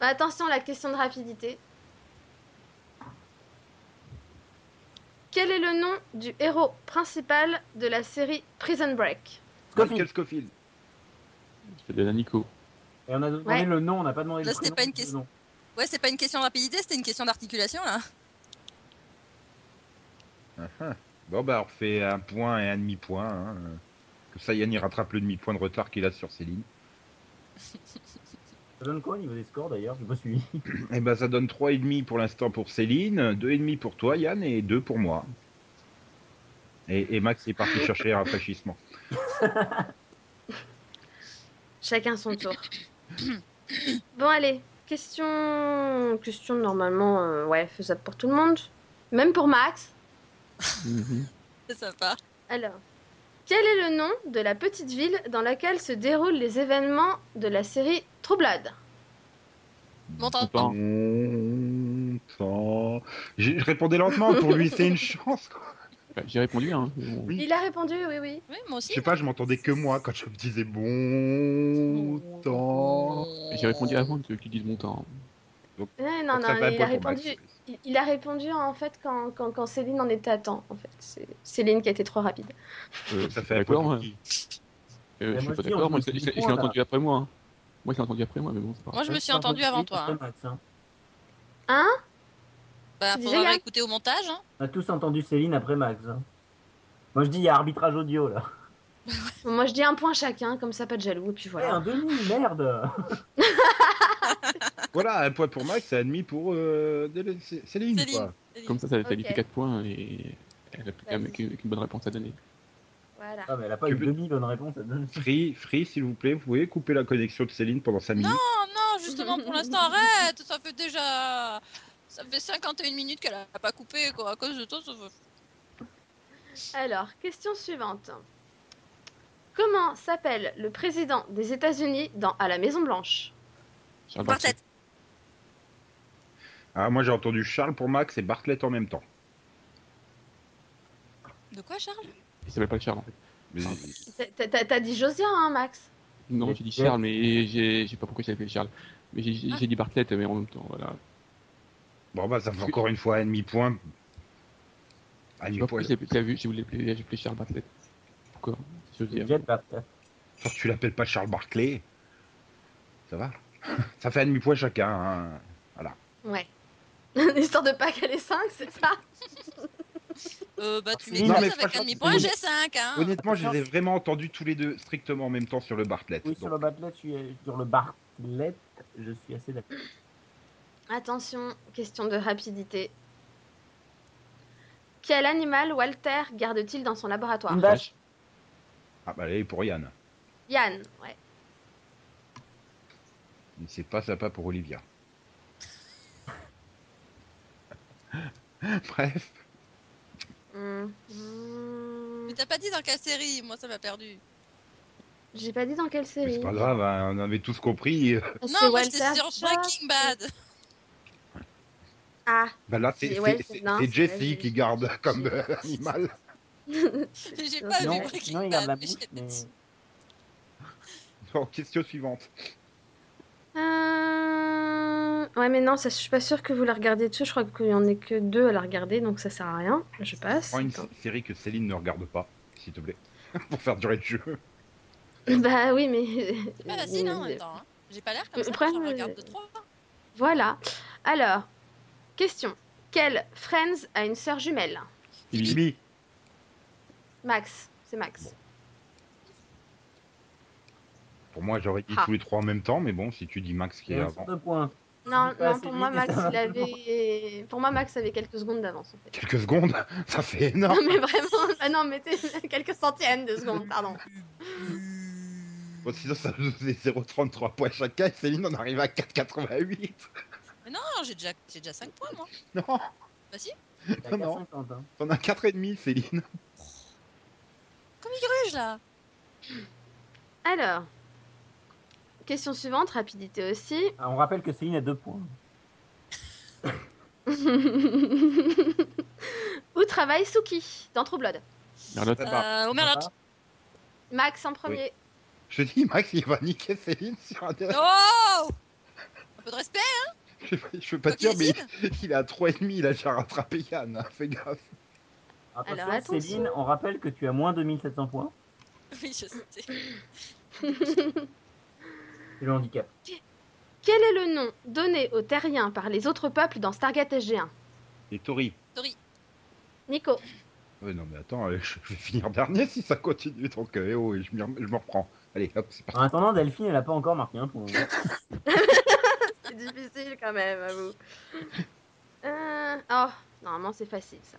Speaker 5: Bah, Attention, la question de rapidité. Quel est le nom du héros principal de la série Prison Break
Speaker 3: Scofield.
Speaker 1: Michael Scofield.
Speaker 2: Je te donne à Nico.
Speaker 3: Et on a demandé
Speaker 5: Ouais.
Speaker 3: le nom, on n'a pas demandé
Speaker 4: Là,
Speaker 3: le
Speaker 4: c'était
Speaker 3: prénom,
Speaker 4: pas une
Speaker 3: le
Speaker 4: question.
Speaker 3: nom.
Speaker 4: Ouais, c'est pas une question de rapidité, c'était une question d'articulation là. [laughs]
Speaker 1: Ah, ah. Bon, bah, on refait un point et un demi-point. hein. Comme ça, Yann, il rattrape le demi-point de retard qu'il a sur Céline.
Speaker 3: Ça donne quoi au niveau des scores d'ailleurs Je me suis dit.
Speaker 1: Et ben, ça donne 3,5 pour l'instant pour Céline, 2,5 pour toi, Yann, et 2 pour moi. Et, et Max est parti chercher un rafraîchissement.
Speaker 5: Chacun son tour. bon, allez, question. Question normalement, euh, ouais, faisable pour tout le monde. Même pour Max.
Speaker 2: Mhm.
Speaker 4: C'est sympa.
Speaker 5: Alors, quel est le nom de la petite ville dans laquelle se déroulent les événements de la série True Blood
Speaker 4: Montant.
Speaker 2: Bon.
Speaker 1: Longtemps. J'ai- Je répondais lentement, pour lui, c'est une chance. quoi.
Speaker 2: Bah, J'ai répondu, hein. mais bon.
Speaker 1: Oui.
Speaker 5: Il a répondu, oui, oui.
Speaker 4: Oui, moi
Speaker 1: Je
Speaker 4: aussi.
Speaker 1: sais pas, je m'entendais que moi quand je me disais bon temps.
Speaker 2: J'ai répondu avant que tu dises mon temps.
Speaker 5: Eh,
Speaker 1: Ça
Speaker 5: non, non,
Speaker 1: fait un
Speaker 5: il a
Speaker 1: point pour Max.
Speaker 5: répondu. Il, il a répondu hein, en fait quand, quand, quand Céline en était à temps. En fait, c'est Céline qui était trop rapide.
Speaker 2: Euh,
Speaker 1: Ça
Speaker 2: je
Speaker 1: fait
Speaker 2: suis pas
Speaker 1: un point
Speaker 2: d'accord,
Speaker 1: pour
Speaker 2: moi.
Speaker 1: qui
Speaker 2: Euh,
Speaker 3: Mais
Speaker 2: je suis
Speaker 3: moi
Speaker 2: pas
Speaker 3: aussi,
Speaker 2: d'accord,
Speaker 3: on
Speaker 2: moi,
Speaker 3: me
Speaker 2: je
Speaker 3: dit
Speaker 2: je- je l'ai
Speaker 3: point, là.
Speaker 2: entendu après moi. hein. Moi, je l'ai entendu après moi, mais bon, c'est pas grave.
Speaker 4: Moi, je me suis entendu avant toi. hein.
Speaker 3: Max, hein.
Speaker 4: Bah,
Speaker 5: Tu disais,
Speaker 4: faudra
Speaker 5: Yann
Speaker 4: réécouter au montage. hein.
Speaker 3: On a tous entendu Céline après Max. hein. Moi je dis il y a arbitrage audio là.
Speaker 5: Bon, moi, je dis un point chacun, comme ça, pas de jaloux. Et puis
Speaker 3: Ouais, Eh, un
Speaker 5: voilà.
Speaker 3: demi, merde
Speaker 1: Voilà, un point pour Max et un demi pour euh, Délé- Cé- Céline.
Speaker 4: Céline.
Speaker 1: quoi.
Speaker 2: Comme ça, ça va
Speaker 5: Ok.
Speaker 2: qualifier 4 points et elle a plus qu'à-
Speaker 5: Vas-y.
Speaker 2: qu'une qu'une bonne réponse à donner.
Speaker 5: Voilà.
Speaker 3: Ah mais elle a pas
Speaker 1: Tu
Speaker 3: eu
Speaker 1: veux-
Speaker 3: demi bonne réponse. elle donne-
Speaker 1: Free, free, s'il vous plaît, vous pouvez couper la connexion de Céline pendant 5 minutes.
Speaker 4: Oh non, justement, pour
Speaker 1: [laughs]
Speaker 4: l'instant, arrête Ça fait déjà. Ça fait 51 minutes qu'elle a pas coupé, quoi. À cause de toi, ça fait-
Speaker 5: Alors, question suivante. Comment s'appelle le président des États-Unis dans À la Maison Blanche
Speaker 2: Charles
Speaker 4: Quartet.
Speaker 1: Ah, moi j'ai entendu Charles pour Max et Bartlett en même temps.
Speaker 4: De quoi, Charles
Speaker 2: Il s'appelle pas Charles en fait.
Speaker 1: Mais-
Speaker 5: T'as- T'as t'as dit Josiah, hein, Max
Speaker 2: Non,
Speaker 3: Mais
Speaker 2: j'ai dit
Speaker 3: c'est-
Speaker 2: Charles, mais j'ai- je sais pas pourquoi il s'appelait Charles. Mais j'ai- j'ai
Speaker 4: Ah.
Speaker 2: j'ai dit Bartlett, mais en même temps, voilà.
Speaker 1: Bon, bah ça fait encore une fois un demi-point. Un
Speaker 2: Je sais pas
Speaker 1: demi-point.
Speaker 2: pourquoi il s'appelait- t'as vu, j'ai voulu l'appeler j'ai appelé Charles Bartlett. Pourquoi Je veux dire.
Speaker 3: Jet bah, Bartlett.
Speaker 1: Genre, tu l'appelles pas Charles Barclay. Ça va Ça fait un demi-point chacun. hein.
Speaker 5: Ouais. [laughs] Histoire de pas qu'elle est 5, c'est ça
Speaker 4: Euh, bah, tu
Speaker 3: Non,
Speaker 4: m'éclates
Speaker 1: Ah, mais
Speaker 4: avec un
Speaker 1: franchement,
Speaker 4: demi-point,
Speaker 1: c'est-
Speaker 4: j'ai 5, hein
Speaker 1: Honnêtement, je les ai vraiment entendus tous les deux strictement en même temps sur le Bartlett.
Speaker 3: Oui,
Speaker 1: Donc,
Speaker 3: sur le Bartlett, je suis... euh, sur le Bartlett, je suis assez d'accord.
Speaker 5: Attention, question de rapidité. Quel animal Walter garde-t-il dans son laboratoire
Speaker 3: Une vache.
Speaker 1: Ah bah allez, pour Yann.
Speaker 5: Yann, ouais.
Speaker 1: Mais C'est pas sympa pour Olivia. [laughs] Bref.
Speaker 5: Hmm. Hmm.
Speaker 4: Mais t'as pas dit dans quelle série Moi, ça m'a perdu.
Speaker 5: J'ai pas dit dans quelle
Speaker 1: Mais
Speaker 5: série.
Speaker 1: c'est pas grave, hein, on avait tous compris. euh,
Speaker 5: C'est
Speaker 4: Non, moi, j'étais sur
Speaker 5: Walter.
Speaker 4: Breaking Bad. [laughs]
Speaker 5: Ah,
Speaker 1: Bah là, c'est
Speaker 5: C'est-
Speaker 1: c'est-
Speaker 5: ouais, c'est-
Speaker 1: c'est-
Speaker 5: non,
Speaker 1: c'est
Speaker 5: c'est vrai,
Speaker 1: Jessie
Speaker 5: j'ai-
Speaker 1: qui garde [laughs] comme
Speaker 5: j'ai-
Speaker 1: euh, animal.
Speaker 4: Ah, J'ai pas
Speaker 5: Non,
Speaker 4: vu
Speaker 3: Sinon,
Speaker 4: Breaking
Speaker 3: sinon, il garde
Speaker 4: Bad.
Speaker 3: la
Speaker 4: mais
Speaker 3: mousse,
Speaker 4: j'étais
Speaker 3: mais
Speaker 4: dessus.
Speaker 1: Bon, question suivante.
Speaker 5: Ah. Euh, Ouais, mais non, ça, je suis pas sûre que vous la regardez dessus. Je crois qu'il y en a que deux à la regarder, donc ça sert à rien. Je passe.
Speaker 1: Prends une s- série que Céline ne regarde pas, s'il te plaît, [laughs] pour faire durer le jeu.
Speaker 5: [laughs] Bah oui, mais. Euh,
Speaker 4: Ah, bah si, non, attends. hein. J'ai pas l'air comme
Speaker 5: Le
Speaker 4: ça,
Speaker 5: problème,
Speaker 4: j'en regarde
Speaker 5: euh,
Speaker 4: deux, trois.
Speaker 5: Voilà. Alors, question. Quel Friends a une sœur jumelle
Speaker 2: Bibi.
Speaker 1: Bibi.
Speaker 5: Max. C'est Max.
Speaker 1: Bon. Pour moi, j'aurais dit
Speaker 5: Ah.
Speaker 1: tous les trois en même temps, mais bon, si tu dis Max qui est
Speaker 3: un
Speaker 1: avant,
Speaker 3: de points.
Speaker 5: Non,
Speaker 3: Dis pas
Speaker 5: non,
Speaker 3: assez
Speaker 5: pour moi,
Speaker 3: vite,
Speaker 5: Max,
Speaker 3: ça
Speaker 5: il
Speaker 3: va.
Speaker 5: avait. Pour moi, Max avait quelques secondes d'avance, en fait.
Speaker 1: quelques secondes, [laughs] ça fait
Speaker 5: [laughs] Non,
Speaker 1: énorme.
Speaker 5: mais vraiment, ah non, mettez [laughs] quelques centaines de secondes, pardon.
Speaker 1: Bon, sinon, ça nous faisait 0,33 points chacun et Céline en arrive à 4,88.
Speaker 4: Mais non, j'ai déjà, j'ai déjà 5 points, moi.
Speaker 1: Non,
Speaker 4: Bah si,
Speaker 3: T'as
Speaker 1: Non.
Speaker 3: 50, hein.
Speaker 1: t'en as 4,5, Céline.
Speaker 4: comme il gruge, là.
Speaker 5: Alors, question suivante, rapidité aussi. [laughs]
Speaker 3: Ah, On rappelle que Céline a deux points.
Speaker 5: Où travaille Suki dans True Blood
Speaker 2: Merlotte.
Speaker 1: Ah bah,
Speaker 4: Euh, au Merlot.
Speaker 5: Max en premier.
Speaker 1: Je te dis, Max, il va niquer Céline sur un
Speaker 4: Oh Un peu de respect,
Speaker 1: Je vais- je veux pas te dire, mais il est à 3,5, il a déjà rattrapé Yann, hein, fais gaffe.
Speaker 3: Attention,
Speaker 5: Alors, attention.
Speaker 3: Céline, on rappelle que tu as moins de 1700 points.
Speaker 4: [laughs] Oui, je sais.
Speaker 3: C'est le handicap.
Speaker 5: Quel est le nom donné aux terriens par les autres peuples dans Stargate SG1
Speaker 1: Et Tori.
Speaker 5: Nico.
Speaker 1: Ouais, non, mais attends, euh, je je vais finir dernier si ça continue, donc euh, eh oh, et je m'y rem- je me reprends. Allez, hop, c'est parti.
Speaker 3: En attendant, Delphine, elle n'a pas encore marqué un point.
Speaker 5: C'est difficile quand même, avoue. [laughs] Euh, oh, normalement c'est facile ça.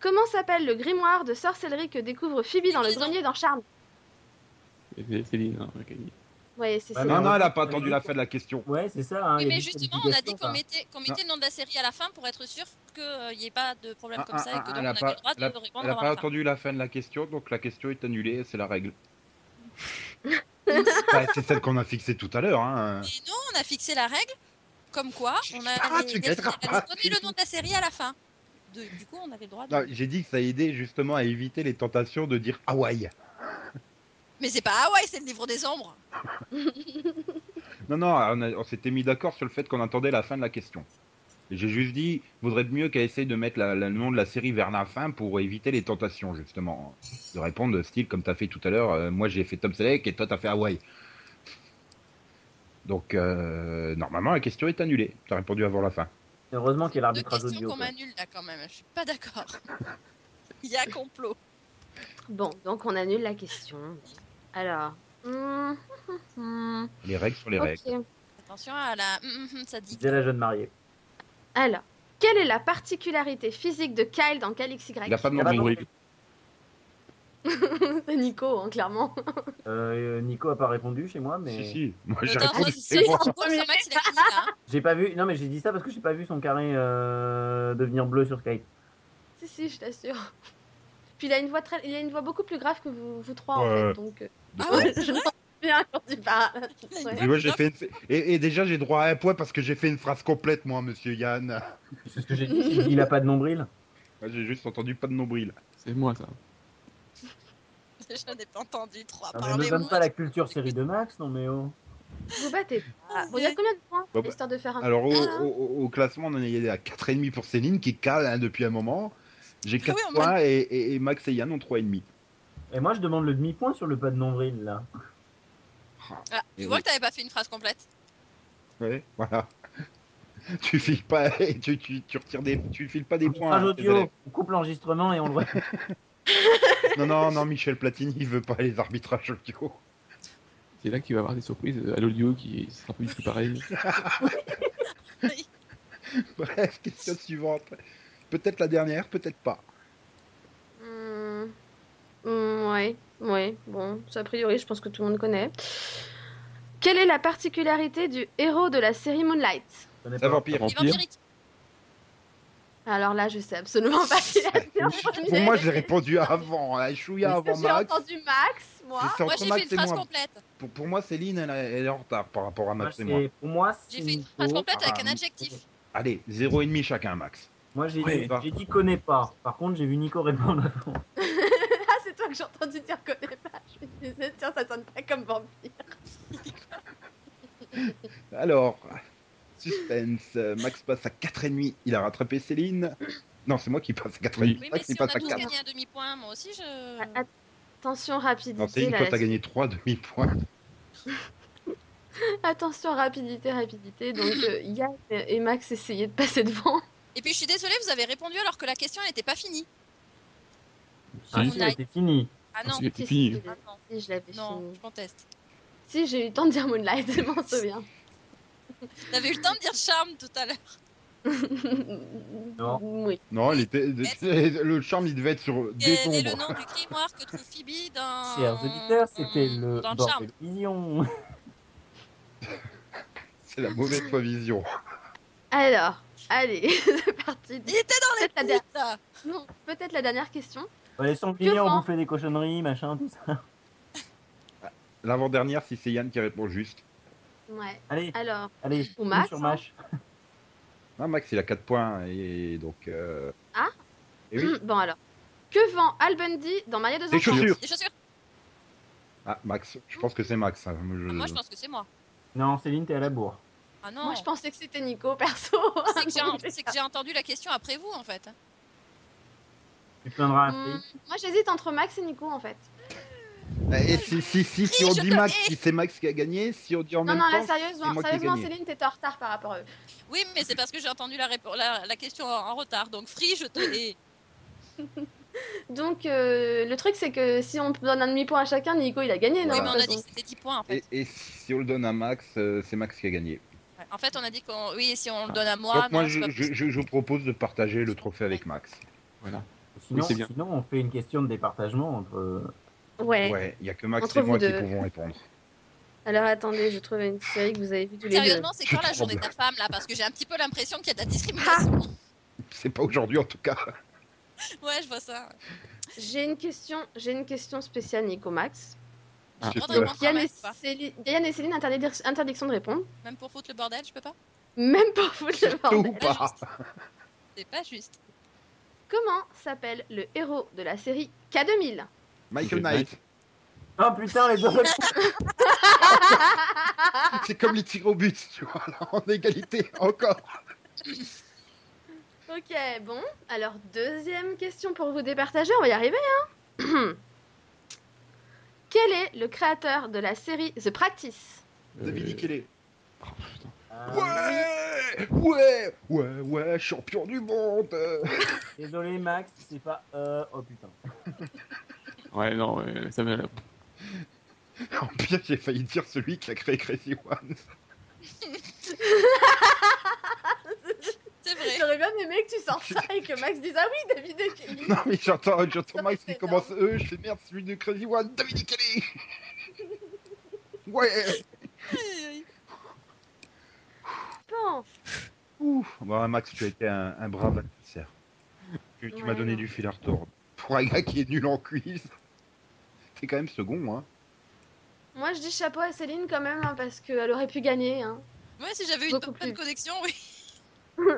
Speaker 5: Comment s'appelle le grimoire de sorcellerie que découvre Phoebe dans le grenier dans Charme
Speaker 2: C'est Céline, hein, ok.
Speaker 5: Ouais, c'est
Speaker 3: Ouais,
Speaker 5: c'est-
Speaker 1: Ah, Non, non, elle a pas
Speaker 3: Ouais,
Speaker 1: attendu la fin de la question.
Speaker 3: Ouais, c'est ça. hein, il
Speaker 4: Oui,
Speaker 3: y a
Speaker 4: mais
Speaker 3: des
Speaker 4: justement, on a dit
Speaker 3: explications,
Speaker 4: qu'on
Speaker 3: ça.
Speaker 4: mettait, qu'on mettait le nom de la série à la fin pour être sûr qu'il n'y ait pas de problème
Speaker 1: Ah,
Speaker 4: comme
Speaker 1: ah,
Speaker 4: ça et que
Speaker 1: ah,
Speaker 4: donc
Speaker 1: elle
Speaker 4: on
Speaker 1: a
Speaker 4: avait
Speaker 1: pas-
Speaker 4: le droit de
Speaker 1: elle a-
Speaker 4: répondre
Speaker 1: Elle a
Speaker 4: avant
Speaker 1: pas
Speaker 4: la fin.
Speaker 1: attendu la fin de la question, donc la question est annulée, c'est la règle. [laughs] Bah, c'est celle qu'on a fixée tout à l'heure. Hein.
Speaker 4: Et non, on a fixé la règle comme quoi on a
Speaker 1: Ah, tu gagneras pas.
Speaker 4: donné le nom de la série à la fin. De- du coup, on avait le droit de...
Speaker 1: Non, J'ai dit que ça aidait justement à éviter les tentations de dire Ah Hawaï.
Speaker 4: Mais c'est pas Hawaï, c'est le livre des ombres.
Speaker 1: Non, non, on, a- on s'était mis d'accord sur le fait qu'on attendait la fin de la question. Et J'ai juste dit, vaudrait mieux qu'elle essaye de mettre la- la- le nom de la série vers la fin pour éviter les tentations, justement. De répondre, style, comme t'as fait tout à l'heure, euh, moi j'ai fait Tom Selleck et toi t'as fait Hawaï. Donc, euh, normalement, la question est annulée. T'as répondu avant la fin.
Speaker 3: Heureusement qu'il y a
Speaker 4: Deux
Speaker 3: l'arbitrage
Speaker 4: questions
Speaker 3: audio.
Speaker 4: qu'on
Speaker 3: quoi.
Speaker 4: m'annule là quand même, je suis pas d'accord. [laughs] Il y a complot.
Speaker 5: Bon, donc on annule la question. Alors. hmm, hmm, hmm,
Speaker 1: Les règles sur les règles.
Speaker 5: ok.
Speaker 4: Attention à la... Hum, hum, hum, ça dit.
Speaker 3: Disait la jeune mariée.
Speaker 5: Alors, quelle est la particularité physique de Kyle dans Calix Y
Speaker 1: Il a pas de
Speaker 3: Il a
Speaker 1: nom
Speaker 3: pas
Speaker 1: de
Speaker 3: de nom.
Speaker 2: nombril.
Speaker 5: [laughs] C'est Nico, hein, clairement. [laughs]
Speaker 3: Euh, Nico a pas répondu chez moi, mais
Speaker 1: Si, si, moi j'ai
Speaker 4: Attends,
Speaker 1: répondu.
Speaker 4: si,
Speaker 1: c'est
Speaker 4: si,
Speaker 1: moi.
Speaker 4: par contre, ce Max, il a fini là. hein. [laughs]
Speaker 3: j'ai pas vu. Non, mais j'ai dit ça parce que j'ai pas vu son carré euh, devenir bleu sur Skype.
Speaker 5: Si, si, je t'assure. Puis il a une voix très... il a une voix beaucoup plus grave que vous, vous trois en
Speaker 1: Ouais.
Speaker 5: fait, donc euh, [laughs]
Speaker 4: Ah ouais
Speaker 5: je m'en souviens quand tu parles.
Speaker 4: Il a
Speaker 5: Ouais.
Speaker 4: une
Speaker 1: Mais moi, j'ai fait une- et, et déjà, j'ai droit à un point parce que j'ai fait une phrase complète, moi, monsieur Yann.
Speaker 3: C'est ce que j'ai dit. j'ai dit, Il a pas de nombril.
Speaker 1: Moi, J'ai juste entendu pas de nombril.
Speaker 2: C'est moi, ça.
Speaker 4: Je n'ai pas entendu trois.
Speaker 3: Non, mais ne donne
Speaker 4: Parlez-moi.
Speaker 3: pas la culture série de Max, non mais oh.
Speaker 5: Vous battez pas. Bon, il y a
Speaker 4: mais-
Speaker 5: combien de points
Speaker 1: Bon, bah,
Speaker 5: histoire de faire un
Speaker 1: Alors, au,
Speaker 5: Ah.
Speaker 1: au- au- au classement, on en est à 4,5 pour Céline qui cale hein, depuis un moment. J'ai 4
Speaker 4: oui, on
Speaker 1: points et, et- et Max et Yann ont 3,5.
Speaker 3: Et moi je demande le demi-point sur le pas de nombril là.
Speaker 4: Ah,
Speaker 1: Et
Speaker 4: tu vois
Speaker 1: oui.
Speaker 4: que t'avais pas fait une phrase complète.
Speaker 1: Ouais, [laughs] voilà. tu files pas, [laughs] tu, tu, tu retires des, tu files pas des points.
Speaker 3: Arbitrage
Speaker 1: hein, tes
Speaker 3: audio,
Speaker 1: élèves.
Speaker 3: on coupe l'enregistrement et on le voit.
Speaker 1: non, non, non, Michel Platini, il veut pas les arbitrages audio. [laughs]
Speaker 2: C'est là que tu vas avoir des surprises euh, à l'audio qui sera plus du tout pareil.
Speaker 1: Bref,
Speaker 4: [laughs]
Speaker 1: question suivante. Peut-être la dernière, peut-être pas.
Speaker 5: Hmm. Hmm, ouais, ouais, bon, ça, a priori, je pense que tout le monde connaît. Quelle est la particularité du héros de la série Moonlight
Speaker 3: Je connais
Speaker 1: La
Speaker 3: pas.
Speaker 1: vampire.
Speaker 4: Il est vampirique.
Speaker 5: Alors là, je sais absolument pas qui
Speaker 1: [laughs]
Speaker 5: l'a dit en premier.
Speaker 1: Pour moi, j'ai répondu avant, à Chouïa [laughs] avant
Speaker 5: Parce que j'ai
Speaker 1: Max.
Speaker 5: entendu Max, moi.
Speaker 1: C'est
Speaker 4: Moi,
Speaker 1: entre
Speaker 4: j'ai fait
Speaker 1: Max
Speaker 4: une
Speaker 1: et
Speaker 4: phrase
Speaker 1: moi.
Speaker 4: complète.
Speaker 1: Pour, pour moi, Céline, elle, elle est en retard par rapport à
Speaker 3: Moi,
Speaker 1: Max et
Speaker 3: c'est-
Speaker 1: moi.
Speaker 3: Pour moi, c'est
Speaker 4: J'ai fait une
Speaker 3: Nico.
Speaker 4: phrase complète avec
Speaker 1: Ah,
Speaker 4: un adjectif.
Speaker 1: Allez, 0,5 chacun, Max.
Speaker 3: Moi j'ai
Speaker 2: Ouais.
Speaker 3: dit, j'ai dit connais pas. Par contre j'ai vu Nico répondre avant.
Speaker 5: Ah, c'est toi que j'ai entendu dire connais pas. Je me disais, tiens, ça sonne pas comme vampire.
Speaker 1: Alors, suspense. euh, Max passe à 4,5. Il a rattrapé Céline. Non, c'est moi qui passe à 4,5.
Speaker 4: Oui, mais
Speaker 1: Max,
Speaker 4: si
Speaker 1: il
Speaker 4: on
Speaker 1: passe
Speaker 4: a
Speaker 1: à
Speaker 4: tous
Speaker 1: 4.
Speaker 4: gagné un demi-point, moi aussi je.
Speaker 5: Attention rapidité.
Speaker 1: Non, Céline,
Speaker 5: là,
Speaker 1: toi,
Speaker 5: la
Speaker 1: t'as gagné 3 demi-points.
Speaker 5: Attention, rapidité, rapidité. Donc, euh, Yann et Max essayaient de passer devant.
Speaker 4: Et puis je suis désolée, vous avez répondu alors que la question n'était pas finie.
Speaker 3: Ah,
Speaker 4: on
Speaker 3: si,
Speaker 4: a-
Speaker 3: c'était fini.
Speaker 4: Ah non,
Speaker 2: Hein? C'est- c'est
Speaker 5: Si,
Speaker 2: fini.
Speaker 5: si,
Speaker 4: ah non,
Speaker 5: si, je l'avais
Speaker 4: non,
Speaker 5: fini.
Speaker 4: je conteste.
Speaker 5: Si, j'ai eu le temps de dire Moonlight, je m'en souviens.
Speaker 4: T'avais eu le temps de dire charme tout à l'heure.
Speaker 3: Non.
Speaker 5: Oui.
Speaker 1: [laughs] Non, il était... le charme, il devait être sur des
Speaker 4: Quel est le nom
Speaker 1: ombres.
Speaker 4: du grimoire que trouve Phoebe dans. Hmm,
Speaker 3: Chers auditeurs, c'était le
Speaker 4: Euh, Dans le charme.
Speaker 3: bordel [laughs] vision.
Speaker 1: C'est la mauvaise vision.
Speaker 5: Alors, allez, [laughs] c'est parti.
Speaker 4: Il était dans les
Speaker 5: Peut-être la
Speaker 4: petites,
Speaker 5: dernière.
Speaker 4: là.
Speaker 5: Non, peut-être la dernière question.
Speaker 3: Les champignons
Speaker 5: vent.
Speaker 3: ont bouffé des cochonneries, machin, tout ça.
Speaker 1: L'avant-dernière, si c'est Yann qui répond juste.
Speaker 5: Ouais.
Speaker 3: Allez,
Speaker 5: Alors,
Speaker 4: Ah,
Speaker 3: allez,
Speaker 5: Ou
Speaker 3: une
Speaker 5: Max,
Speaker 3: sur
Speaker 5: hein.
Speaker 3: Mash.
Speaker 1: Ah, Max, il a 4 points. Et donc. euh,
Speaker 5: Ah.
Speaker 1: Et oui,
Speaker 5: bon alors. Que vend Al Bundy dans Maria deux
Speaker 1: des
Speaker 5: enfants
Speaker 1: chaussures.
Speaker 4: Des chaussures.
Speaker 1: Ah, Max. Je pense que c'est Max. hein. Moi, je-
Speaker 4: Ah, moi je pense que c'est moi.
Speaker 3: Non, Céline, t'es à la bourre.
Speaker 4: Ah non.
Speaker 5: Moi, je pensais que c'était Nico, perso.
Speaker 4: C'est que j'ai en- c'est que j'ai entendu la question après vous en fait.
Speaker 3: Tu te
Speaker 4: Hmm.
Speaker 3: plaindras après.
Speaker 5: Hum, Moi, j'hésite entre Max et Nico, en fait.
Speaker 1: Eh, si, si, si, si
Speaker 4: Oui,
Speaker 1: on
Speaker 4: je
Speaker 1: dit
Speaker 4: te
Speaker 1: Max,
Speaker 4: hais.
Speaker 1: si c'est Max qui a gagné, si on dit en
Speaker 5: Non,
Speaker 1: même
Speaker 5: non, là,
Speaker 1: temps. c'est
Speaker 5: sérieusement,
Speaker 1: moi qui ai
Speaker 5: sérieusement
Speaker 1: gagné.
Speaker 5: Céline, t'étais en retard par rapport à eux.
Speaker 4: Oui, mais c'est parce que j'ai entendu la, répo- la, la question en, en retard. Donc free, je te hais.
Speaker 5: Donc, euh, le truc, c'est que si on donne un demi-point à chacun, Nico, il a gagné,
Speaker 4: Oui,
Speaker 5: non
Speaker 1: Voilà.
Speaker 4: mais on
Speaker 5: de toute
Speaker 4: a dit
Speaker 5: façon.
Speaker 4: que c'était 10 points en fait.
Speaker 1: Et, et si on le donne à Max, euh, c'est Max qui a gagné.
Speaker 4: Ouais. En fait, on a dit qu'on. Oui, si on le donne à moi.
Speaker 1: Ah. Donc moi,
Speaker 4: non,
Speaker 1: je,
Speaker 4: c'est pas
Speaker 1: je-
Speaker 4: possible.
Speaker 1: je- je propose de partager le trophée avec Max.
Speaker 2: Voilà.
Speaker 3: Sinon,
Speaker 2: Oui, c'est bien.
Speaker 3: sinon, on fait une question de départagement entre. euh,
Speaker 5: Ouais.
Speaker 1: Ouais, il n'y a que Max
Speaker 5: Entre
Speaker 1: et moi
Speaker 5: vous
Speaker 1: qui
Speaker 5: deux.
Speaker 1: pouvons répondre. [laughs]
Speaker 5: Alors, attendez, je trouve une série que vous avez vue tous les deux.
Speaker 4: Sérieusement, c'est
Speaker 1: Je
Speaker 4: quand la
Speaker 1: tremble.
Speaker 4: journée de la femme là Parce que j'ai un petit peu l'impression
Speaker 5: Ah.
Speaker 4: qu'il y a de la discrimination.
Speaker 1: C'est pas aujourd'hui en tout cas.
Speaker 4: ouais, je vois ça.
Speaker 5: J'ai une question, j'ai une question spéciale, Nico Max.
Speaker 2: Ah.
Speaker 1: J'ai
Speaker 4: On
Speaker 1: peur.
Speaker 4: répond.
Speaker 5: Yann
Speaker 4: ouais,
Speaker 5: et,
Speaker 4: c'est pas.
Speaker 5: Céline, Yann et Céline, interdi- interdiction de répondre.
Speaker 4: Même pour foutre le bordel, je peux pas.
Speaker 5: Même pour foutre le
Speaker 1: Tout ou
Speaker 5: bordel.
Speaker 1: pas. [laughs]
Speaker 4: C'est pas juste.
Speaker 5: Comment s'appelle le héros de la série K2000
Speaker 1: Michael Knight.
Speaker 3: Ah putain, les deux réponses.
Speaker 1: C'est comme les tirs au but, tu vois, là, en égalité [laughs] encore.
Speaker 5: Ok, bon. Alors, deuxième question pour vous départager, on va y arriver, hein [clears throat] Quel est le créateur de la série The Practice
Speaker 2: Euh.
Speaker 1: David Ikele.
Speaker 2: Oh, putain.
Speaker 3: Euh,
Speaker 1: Ouais, ouais, ouais, ouais, champion du monde. [laughs]
Speaker 3: Désolé, Max, c'est pas. Euh... Oh putain.
Speaker 2: Ouais, non, ouais, ça me.
Speaker 1: En pire, j'ai failli dire celui qui a créé Crazy One. [laughs]
Speaker 4: C'est
Speaker 5: [laughs]
Speaker 4: vrai.
Speaker 5: J'aurais bien aimé que tu sortes ça et que Max dise Ah oui, David et Kelly.
Speaker 1: Non mais j'entends, j'entends
Speaker 5: Ça,
Speaker 1: Max
Speaker 5: c'est
Speaker 1: qui commence eux, je fais merde, celui de Crazy One, David Ikele. [laughs] Ouais.
Speaker 5: [laughs] Bon,
Speaker 1: Ouf. Bon, Max, tu as été un, un brave adversaire. Tu, tu m'as
Speaker 5: Ouais,
Speaker 1: donné
Speaker 5: non.
Speaker 1: du fil à retordre. Pour un gars qui est nul en quiz, t'es quand même second, hein.
Speaker 5: moi je dis chapeau à Céline quand même hein, parce qu'elle aurait pu gagner. Hein. [laughs]
Speaker 4: Moi, si j'avais eu une
Speaker 5: Beaucoup
Speaker 4: bonne
Speaker 5: plus.
Speaker 4: connexion, oui.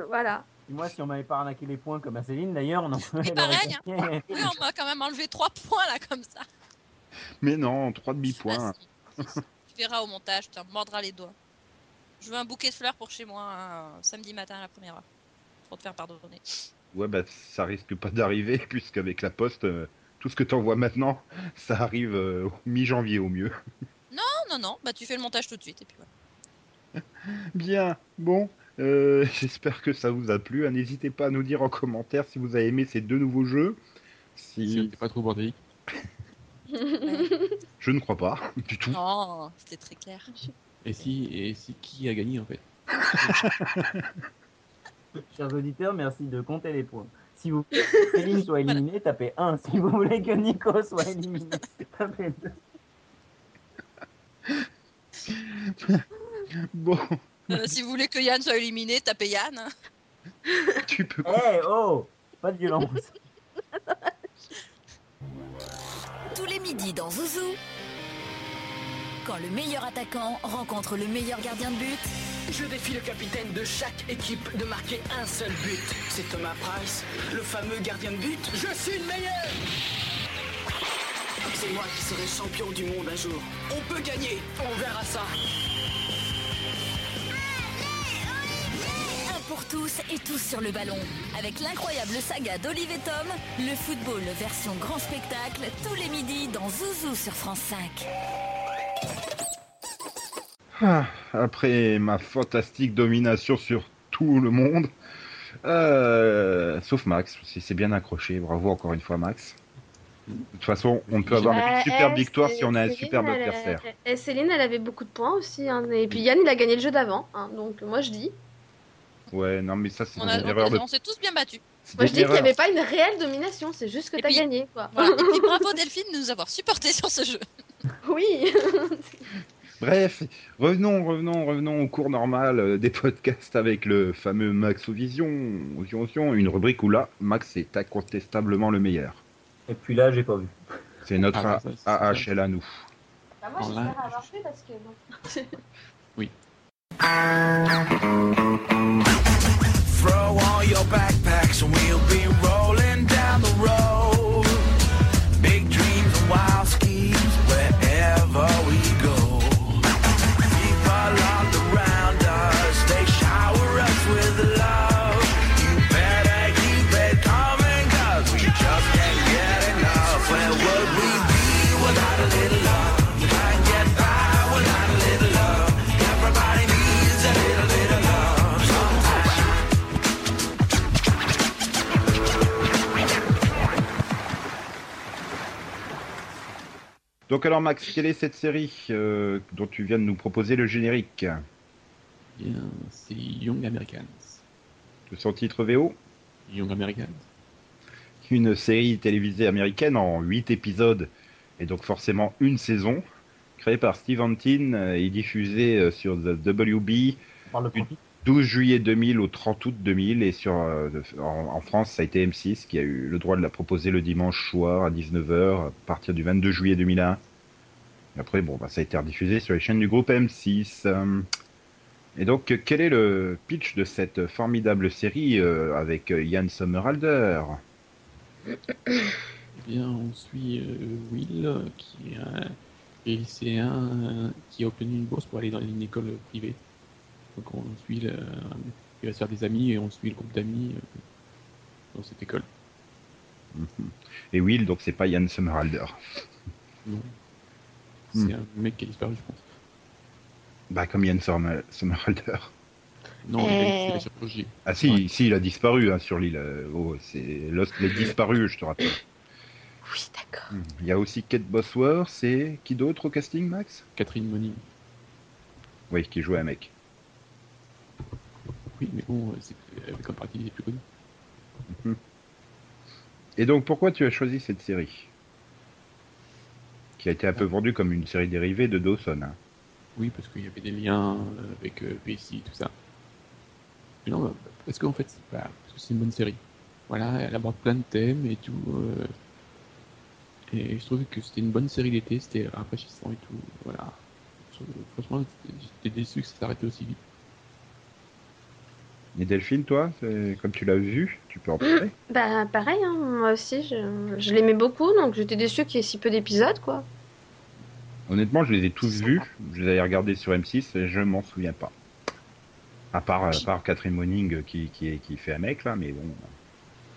Speaker 5: voilà.
Speaker 3: Et moi, si on m'avait pas arnaqué les points comme à Céline, d'ailleurs, on en aurait
Speaker 4: pareil, hein.
Speaker 3: gagné.
Speaker 4: Oui, on m'a quand même enlevé 3 [laughs] points là, comme ça.
Speaker 1: Mais non, trois demi-points.
Speaker 4: Ah, si. tu verras au montage, tu me mordras les doigts. Je veux un bouquet de fleurs pour chez moi hein, samedi matin à la première heure. Pour te faire pardonner.
Speaker 1: Ouais, bah ça risque pas d'arriver, [laughs] puisqu'avec la poste, euh, tout ce que t'envoies maintenant, ça arrive euh, au mi-janvier au mieux.
Speaker 4: Non, non, non, bah tu fais le montage tout de suite et puis voilà.
Speaker 1: Bien, bon, euh, [laughs] j'espère que ça vous a plu. Ah, N'hésitez pas à nous dire en commentaire si vous avez aimé ces deux nouveaux jeux.
Speaker 2: Si on
Speaker 1: Si...
Speaker 2: était pas trop bordélique.
Speaker 1: Je ne crois pas, [laughs] du tout.
Speaker 4: Non, c'était très clair.
Speaker 2: Et si, et si qui a gagné en fait
Speaker 3: [laughs] Chers auditeurs, merci de compter les points. Si vous voulez que Céline soit éliminée, tapez 1. Si vous voulez que Nico soit éliminé, [laughs] tapez 2.
Speaker 1: Bon, [laughs]
Speaker 4: Euh, [laughs] si vous voulez que Yann soit éliminé, tapez Yann. hein.
Speaker 1: tu peux...
Speaker 3: Eh oh Pas de violence.
Speaker 6: Tous les midis dans Zouzou. Quand le meilleur attaquant rencontre le meilleur gardien de but,
Speaker 7: Je défie le capitaine de chaque équipe de marquer un seul but. C'est Thomas Price, le fameux gardien de but. Je suis le meilleur C'est moi qui serai champion du monde un jour. On peut gagner, on verra ça.
Speaker 6: tous et tous sur le ballon. Avec l'incroyable saga d'Olive et Tom, le football version grand spectacle, tous les midis dans Zouzou sur France 5.
Speaker 1: Ah, Après ma fantastique domination sur tout le monde, euh, sauf Max, si c'est bien accroché, bravo encore une fois Max. De toute façon, on ne peut avoir
Speaker 5: Bah,
Speaker 1: une superbe
Speaker 5: eh,
Speaker 1: victoire
Speaker 5: c'est-
Speaker 1: si on a un
Speaker 5: Céline,
Speaker 1: superbe
Speaker 5: elle-
Speaker 1: adversaire.
Speaker 5: elle- Céline, elle avait beaucoup de points aussi. hein. Et puis Yann, il a gagné le jeu d'avant. hein. Donc moi, je dis.
Speaker 1: Ouais, non mais ça c'est
Speaker 4: On,
Speaker 1: une
Speaker 4: a-
Speaker 1: erreur
Speaker 4: on-
Speaker 1: de...
Speaker 4: on s'est tous bien
Speaker 5: [laughs]
Speaker 4: battus.
Speaker 1: c'est
Speaker 5: Moi, je
Speaker 1: une
Speaker 5: dis qu'il n'y
Speaker 1: erreur.
Speaker 5: avait pas une réelle domination. C'est juste que
Speaker 4: Et
Speaker 5: t'as
Speaker 4: puis-
Speaker 5: gagné, quoi.
Speaker 4: Voilà. Et puis bravo Delphine de nous avoir supportés sur ce jeu.
Speaker 5: [laughs] [laughs] Oui.
Speaker 1: Bref, revenons, revenons, revenons au cours normal euh, des podcasts avec le fameux Max Vision, une rubrique où là, Max est incontestablement le meilleur.
Speaker 3: Et puis là, j'ai pas vu.
Speaker 1: C'est notre
Speaker 2: Ah, ça, c'est ça.
Speaker 1: AHL à nous.
Speaker 5: Bah, moi,
Speaker 2: Alors là, j'espère
Speaker 5: avoir fait parce que.
Speaker 7: Throw all your backpacks and we'll be rolling down the road. Big dreams and wild schemes wherever we go. People all around us, they shower us with love. You better keep it coming, cause we just can't get enough. Where would we be without a little love? Can't get by without a little love. Everybody needs a little, little love. Sometimes
Speaker 1: Donc alors Max, quelle est cette série euh, dont tu viens de nous proposer le générique
Speaker 2: Eh Bien, c'est Young Americans.
Speaker 1: de son titre VO
Speaker 2: Young Americans.
Speaker 1: Une série télévisée américaine en 8 épisodes et donc forcément une saison, créée par Steve Antin euh, et diffusée euh, sur The WB
Speaker 3: On parle de
Speaker 1: Une-
Speaker 3: profit.
Speaker 1: 12 juillet 2000 au 30 août 2000 et sur euh, en, en France ça a été M6 qui a eu le droit de la proposer le dimanche soir à 19h à partir du 22 juillet 2001. Et après bon bah ça a été rediffusé sur les chaînes du groupe M6. euh. Et donc euh, quel est le pitch de cette formidable série euh, avec euh, Yann Sommerhalder
Speaker 2: Eh bien, on suit euh, Will, euh, qui est un lycéen euh, qui a obtenu une bourse pour aller dans une école privée. Donc, on suit le- il va se faire des amis et on suit le groupe d'amis euh, dans cette école.
Speaker 1: Et Will donc c'est pas Yann Sommerhalder.
Speaker 2: Non.
Speaker 1: Hmm.
Speaker 2: C'est un mec qui a disparu, je pense.
Speaker 1: Bah comme Yann Sommer- Sommerhalder.
Speaker 2: Non, il a- c'est la chirurgie.
Speaker 1: Ah si,
Speaker 2: Ouais.
Speaker 1: si il a disparu hein, sur l'île. euh, Oh, c'est Lost les disparus je te rappelle.
Speaker 5: Oui, d'accord.
Speaker 1: Hmm. Il y a aussi Kate Bosworth et qui d'autre au casting, Max
Speaker 2: Catherine Moni.
Speaker 1: Oui, qui jouait un mec.
Speaker 2: Oui, mais bon, euh, c'est euh, comme partie des plus connues.
Speaker 1: Et donc, pourquoi tu as choisi cette série Qui a été un
Speaker 5: Ah.
Speaker 1: peu vendue comme une série dérivée de Dawson. hein.
Speaker 2: Oui, parce qu'il y avait des liens euh, avec euh, PSI, tout ça. Mais non, bah, parce qu'en fait, c'est pas- parce que c'est une bonne série. Voilà, elle aborde plein de thèmes et tout. euh, Et je trouvais que c'était une bonne série d'été, c'était rafraîchissant et tout. Voilà. Je- Franchement, j'étais- j'étais déçu que ça s'arrêtait aussi vite.
Speaker 1: Et Delphine, toi, c'est- comme tu l'as vu, tu peux en parler
Speaker 5: Bah, pareil, hein, moi aussi, je, je l'aimais beaucoup, donc j'étais déçue qu'il y ait si peu d'épisodes, quoi.
Speaker 1: Honnêtement, je les ai tous vus. Je les avais regardés sur M6 et je m'en souviens pas. À part, à part Catherine Moning euh, qui, qui, est- qui fait un mec, là, mais bon.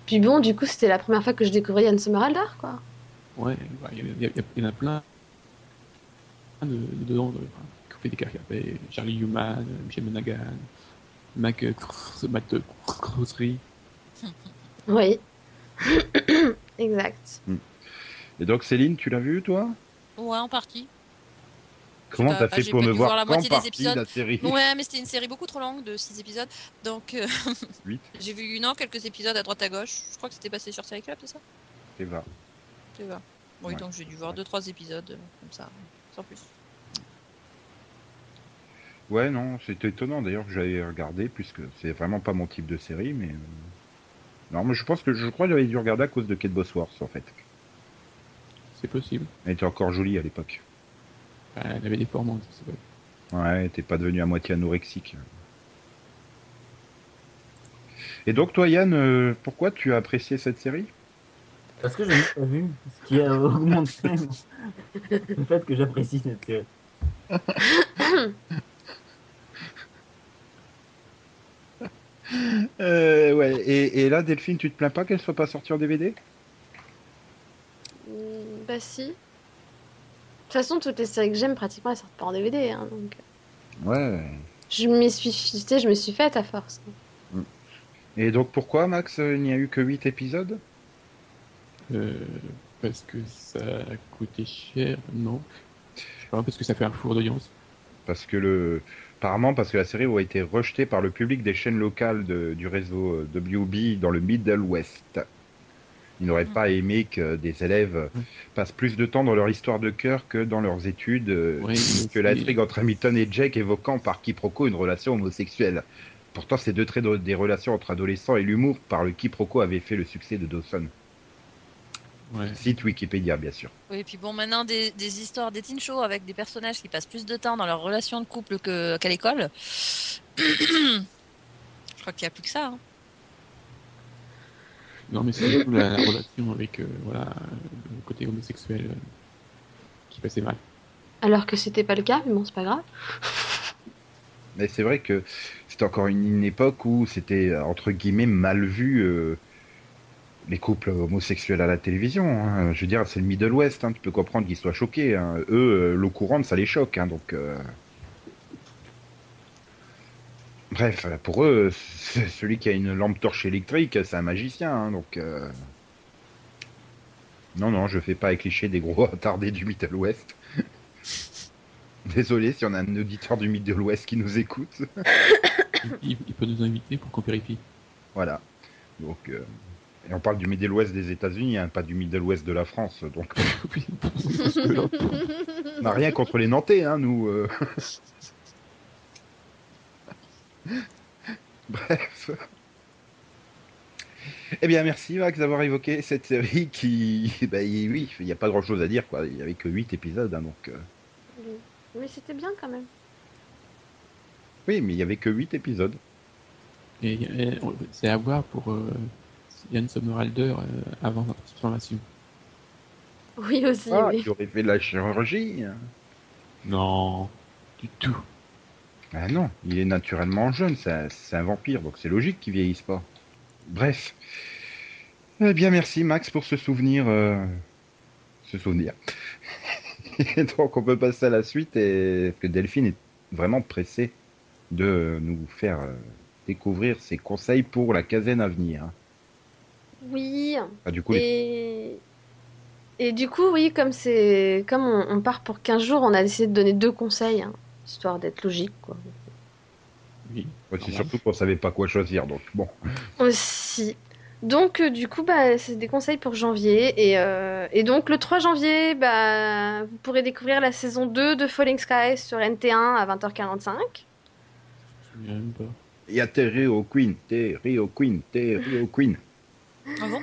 Speaker 5: Puis bon, du coup, c'était la première fois que je découvrais Yann Sommerhalder, quoi.
Speaker 2: Ouais, bah, il y, en a- il y a- il y en a plein plein de, de dedans, de, enfin, qui ont fait des carrières. Ben, Charlie Human, euh, Michel Monaghan, Mac, euh, Cr- Matt euh, Cr- Crossery.
Speaker 5: Oui. [coughs] exact.
Speaker 1: Et donc, Céline, tu l'as vu, toi
Speaker 4: Ouais, en
Speaker 1: [laughs]
Speaker 4: partie.
Speaker 1: Comment
Speaker 4: pas,
Speaker 1: t'as fait
Speaker 4: ah, j'ai
Speaker 1: pour
Speaker 4: pas
Speaker 1: me
Speaker 4: dû
Speaker 1: voir,
Speaker 4: voir la
Speaker 1: qu'en
Speaker 4: moitié des
Speaker 1: partie
Speaker 4: épisodes.
Speaker 1: la série
Speaker 4: Ouais, mais c'était une série beaucoup trop longue de 6 épisodes. Donc euh, [laughs]
Speaker 1: Huit.
Speaker 4: j'ai vu non, quelques épisodes à droite à gauche. Je crois que c'était passé sur Série Club, c'est ça
Speaker 1: Et va.
Speaker 4: Tu vois. Oui,
Speaker 1: Ouais.
Speaker 4: donc j'ai dû voir 2-3 épisodes euh, comme ça, sans plus.
Speaker 1: Ouais, non, c'était étonnant d'ailleurs que j'avais regardé, puisque c'est vraiment pas mon type de série, mais. euh, Non, mais je pense que je crois que j'avais dû regarder à cause de Kate Bosworth, en fait.
Speaker 2: C'est possible.
Speaker 1: Elle était encore jolie à l'époque.
Speaker 2: Enfin, elle avait des formes, hein, je sais pas.
Speaker 1: Ouais, t'es pas devenu à moitié anorexique. Et donc, toi, Yann, euh, pourquoi tu as apprécié cette série
Speaker 3: Parce que je n'ai pas vu ce qui a augmenté le fait que j'apprécie cette série.
Speaker 1: Euh, ouais. Et, et là, Delphine, tu te plains pas qu'elle soit pas sortie en DVD
Speaker 5: Mm, Bah si. De toute façon, toutes les séries que j'aime, pratiquement, elles sortent pas en DVD. hein, donc...
Speaker 1: Ouais.
Speaker 5: Je m'y suis, tu sais, je me suis faite à force.
Speaker 1: Et donc pourquoi, Max, il n'y a eu que 8 épisodes
Speaker 2: Euh, parce que ça a coûté cher, non. Je sais pas, parce que ça fait un four d'audience.
Speaker 1: Parce que le. Apparemment, parce que la série a été rejetée par le public des chaînes locales de- du réseau euh, WB dans le Middle West. Ils n'auraient
Speaker 4: Mhm.
Speaker 1: pas aimé que des élèves
Speaker 2: Mhm.
Speaker 1: passent plus de temps dans leur histoire de cœur que dans leurs études, euh,
Speaker 2: Ouais,
Speaker 1: [laughs] que
Speaker 2: mais-
Speaker 1: l'intrigue entre Hamilton et Jake évoquant par quiproquo une relation homosexuelle. Pourtant, ces deux traits de- des relations entre adolescents et l'humour par le quiproquo avaient fait le succès de Dawson.
Speaker 2: Ouais.
Speaker 1: Site Wikipédia, bien sûr.
Speaker 4: Oui, et puis bon, maintenant, des, des histoires, des teen shows avec des personnages qui passent plus de temps dans leur relation de couple que- qu'à l'école. [clears throat] Je crois qu'il n'y a plus que ça. hein.
Speaker 2: Non, mais c'est surtout la, la relation avec euh, voilà, euh, le côté homosexuel euh, qui passait mal.
Speaker 5: Alors que c'était pas le cas, mais bon, c'est pas grave.
Speaker 1: Mais c'est vrai que c'était encore une, une époque où c'était euh, entre guillemets mal vu euh, les couples homosexuels à la télévision. hein. Je veux dire, c'est le Middle West, hein, tu peux comprendre qu'ils soient choqués. hein. Eux, euh, l'eau courante, ça les choque. hein, donc, euh, bref, pour eux, [laughs] c- celui qui a une lampe torche électrique, c'est un magicien. hein, donc, euh, non, non, je fais pas les clichés des gros [laughs] attardés du Middle West. Désolé si on a un auditeur du Middle West qui nous écoute.
Speaker 2: Il, il- il peut nous inviter pour qu'on vérifie.
Speaker 1: Voilà. Donc, euh, et on parle du Middle West des États-Unis, hein, pas du Middle West de la France. Donc,
Speaker 2: Oui, parce que là,
Speaker 1: on n'a rien contre les Nantais, hein, nous. euh. [laughs] Bref. Eh bien, merci Max d'avoir évoqué cette série qui, [laughs] bah, y- oui, il n'y a pas grand-chose à dire, quoi. Il n'y avait que 8 épisodes, hein, donc. euh.
Speaker 5: mais c'était bien quand même.
Speaker 1: Oui, mais il n'y avait que 8 épisodes.
Speaker 2: Et, et, on- c'est à voir pour euh, Yann Sommerhalder euh, avant sa transformation.
Speaker 5: Oui aussi.
Speaker 1: Ah,
Speaker 5: oui.
Speaker 1: il aurait fait de la chirurgie. hein.
Speaker 2: Non, du tout.
Speaker 1: Ah non, il est naturellement jeune, c'est un, c'est un vampire, donc c'est logique qu'il vieillisse pas. Bref. Eh bien, merci Max pour ce souvenir. euh, Ce souvenir. [laughs] Et donc, on peut passer à la suite, et... parce que Delphine est vraiment pressée de nous faire euh, découvrir ses conseils pour la quinzaine à venir. hein.
Speaker 5: Oui.
Speaker 1: Ah, du coup, les-
Speaker 5: Et... et du coup, oui, comme c'est comme on, on part pour 15 jours, on a décidé de donner deux conseils, hein, histoire d'être logique. Quoi.
Speaker 2: Oui.
Speaker 1: ouais, c'est surtout qu'on savait pas quoi choisir, donc bon.
Speaker 5: Aussi. Donc, euh, du coup, bah, c'est des conseils pour janvier. Et, euh, et donc, le 3 janvier, bah, vous pourrez découvrir la saison 2 de Falling Skies sur NT1 à 20h45.
Speaker 2: Je me souviens même pas.
Speaker 1: Il y a Terry au Queen, Terry au Queen, Terry au Queen.
Speaker 4: Ah bon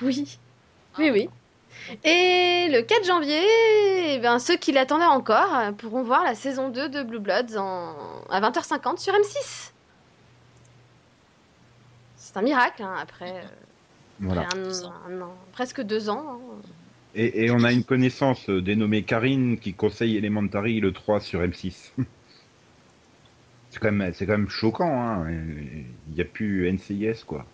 Speaker 5: Oui, oui, oui. Et le 4 janvier, eh ben, ceux qui l'attendaient encore euh, pourront voir la saison 2 de Blue Bloods en- à 20h50 sur M6. C'est un miracle, hein, après, euh,
Speaker 1: Voilà.
Speaker 5: après un- un an- presque deux ans. hein.
Speaker 1: Et, et on a une connaissance euh, dénommée Karine qui conseille Elementary le 3 sur M6. [laughs] c'est quand même, c'est quand même choquant. hein. Il n'y a plus NCIS quoi.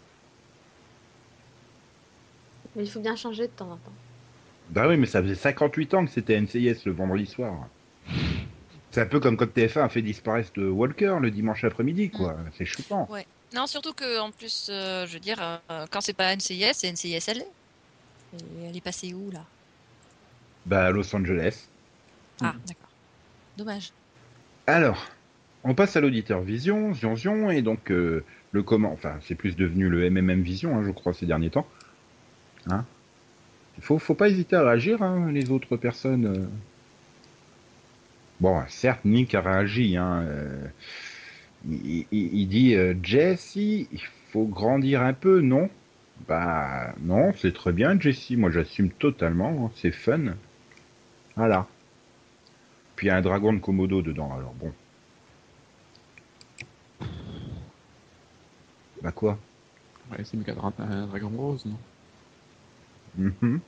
Speaker 5: Mais il faut bien changer de temps en temps.
Speaker 1: Bah oui, mais ça faisait 58 ans que c'était NCIS le vendredi soir. C'est un peu comme quand TF1 a fait disparaître euh, Walker le dimanche après-midi quoi. C'est choquant.
Speaker 4: Non, surtout que en plus, euh, je veux dire, euh, quand c'est pas NCIS, c'est NCISL. Et elle est passée où là
Speaker 1: Mm. Bah à Los Angeles.
Speaker 4: Ah, d'accord. Dommage.
Speaker 1: Alors, on passe à l'auditeur Vision, Zion Zion, et donc euh, le comment, enfin c'est plus devenu le MMM Vision, hein, je crois, ces derniers temps. Hein faut, faut pas hésiter à réagir, hein, les autres personnes. euh. Bon, certes, Nick a réagi. Hein, euh, il, il- il dit euh, Jessie, il faut grandir un peu, non Bah non, c'est très bien, Jessie. Moi, j'assume totalement. hein, c'est fun. Voilà. Puis il y a un dragon de Komodo dedans, alors bon. Bah quoi
Speaker 2: Ouais, c'est mieux qu'un dra- un dragon rose, non
Speaker 1: Mhm.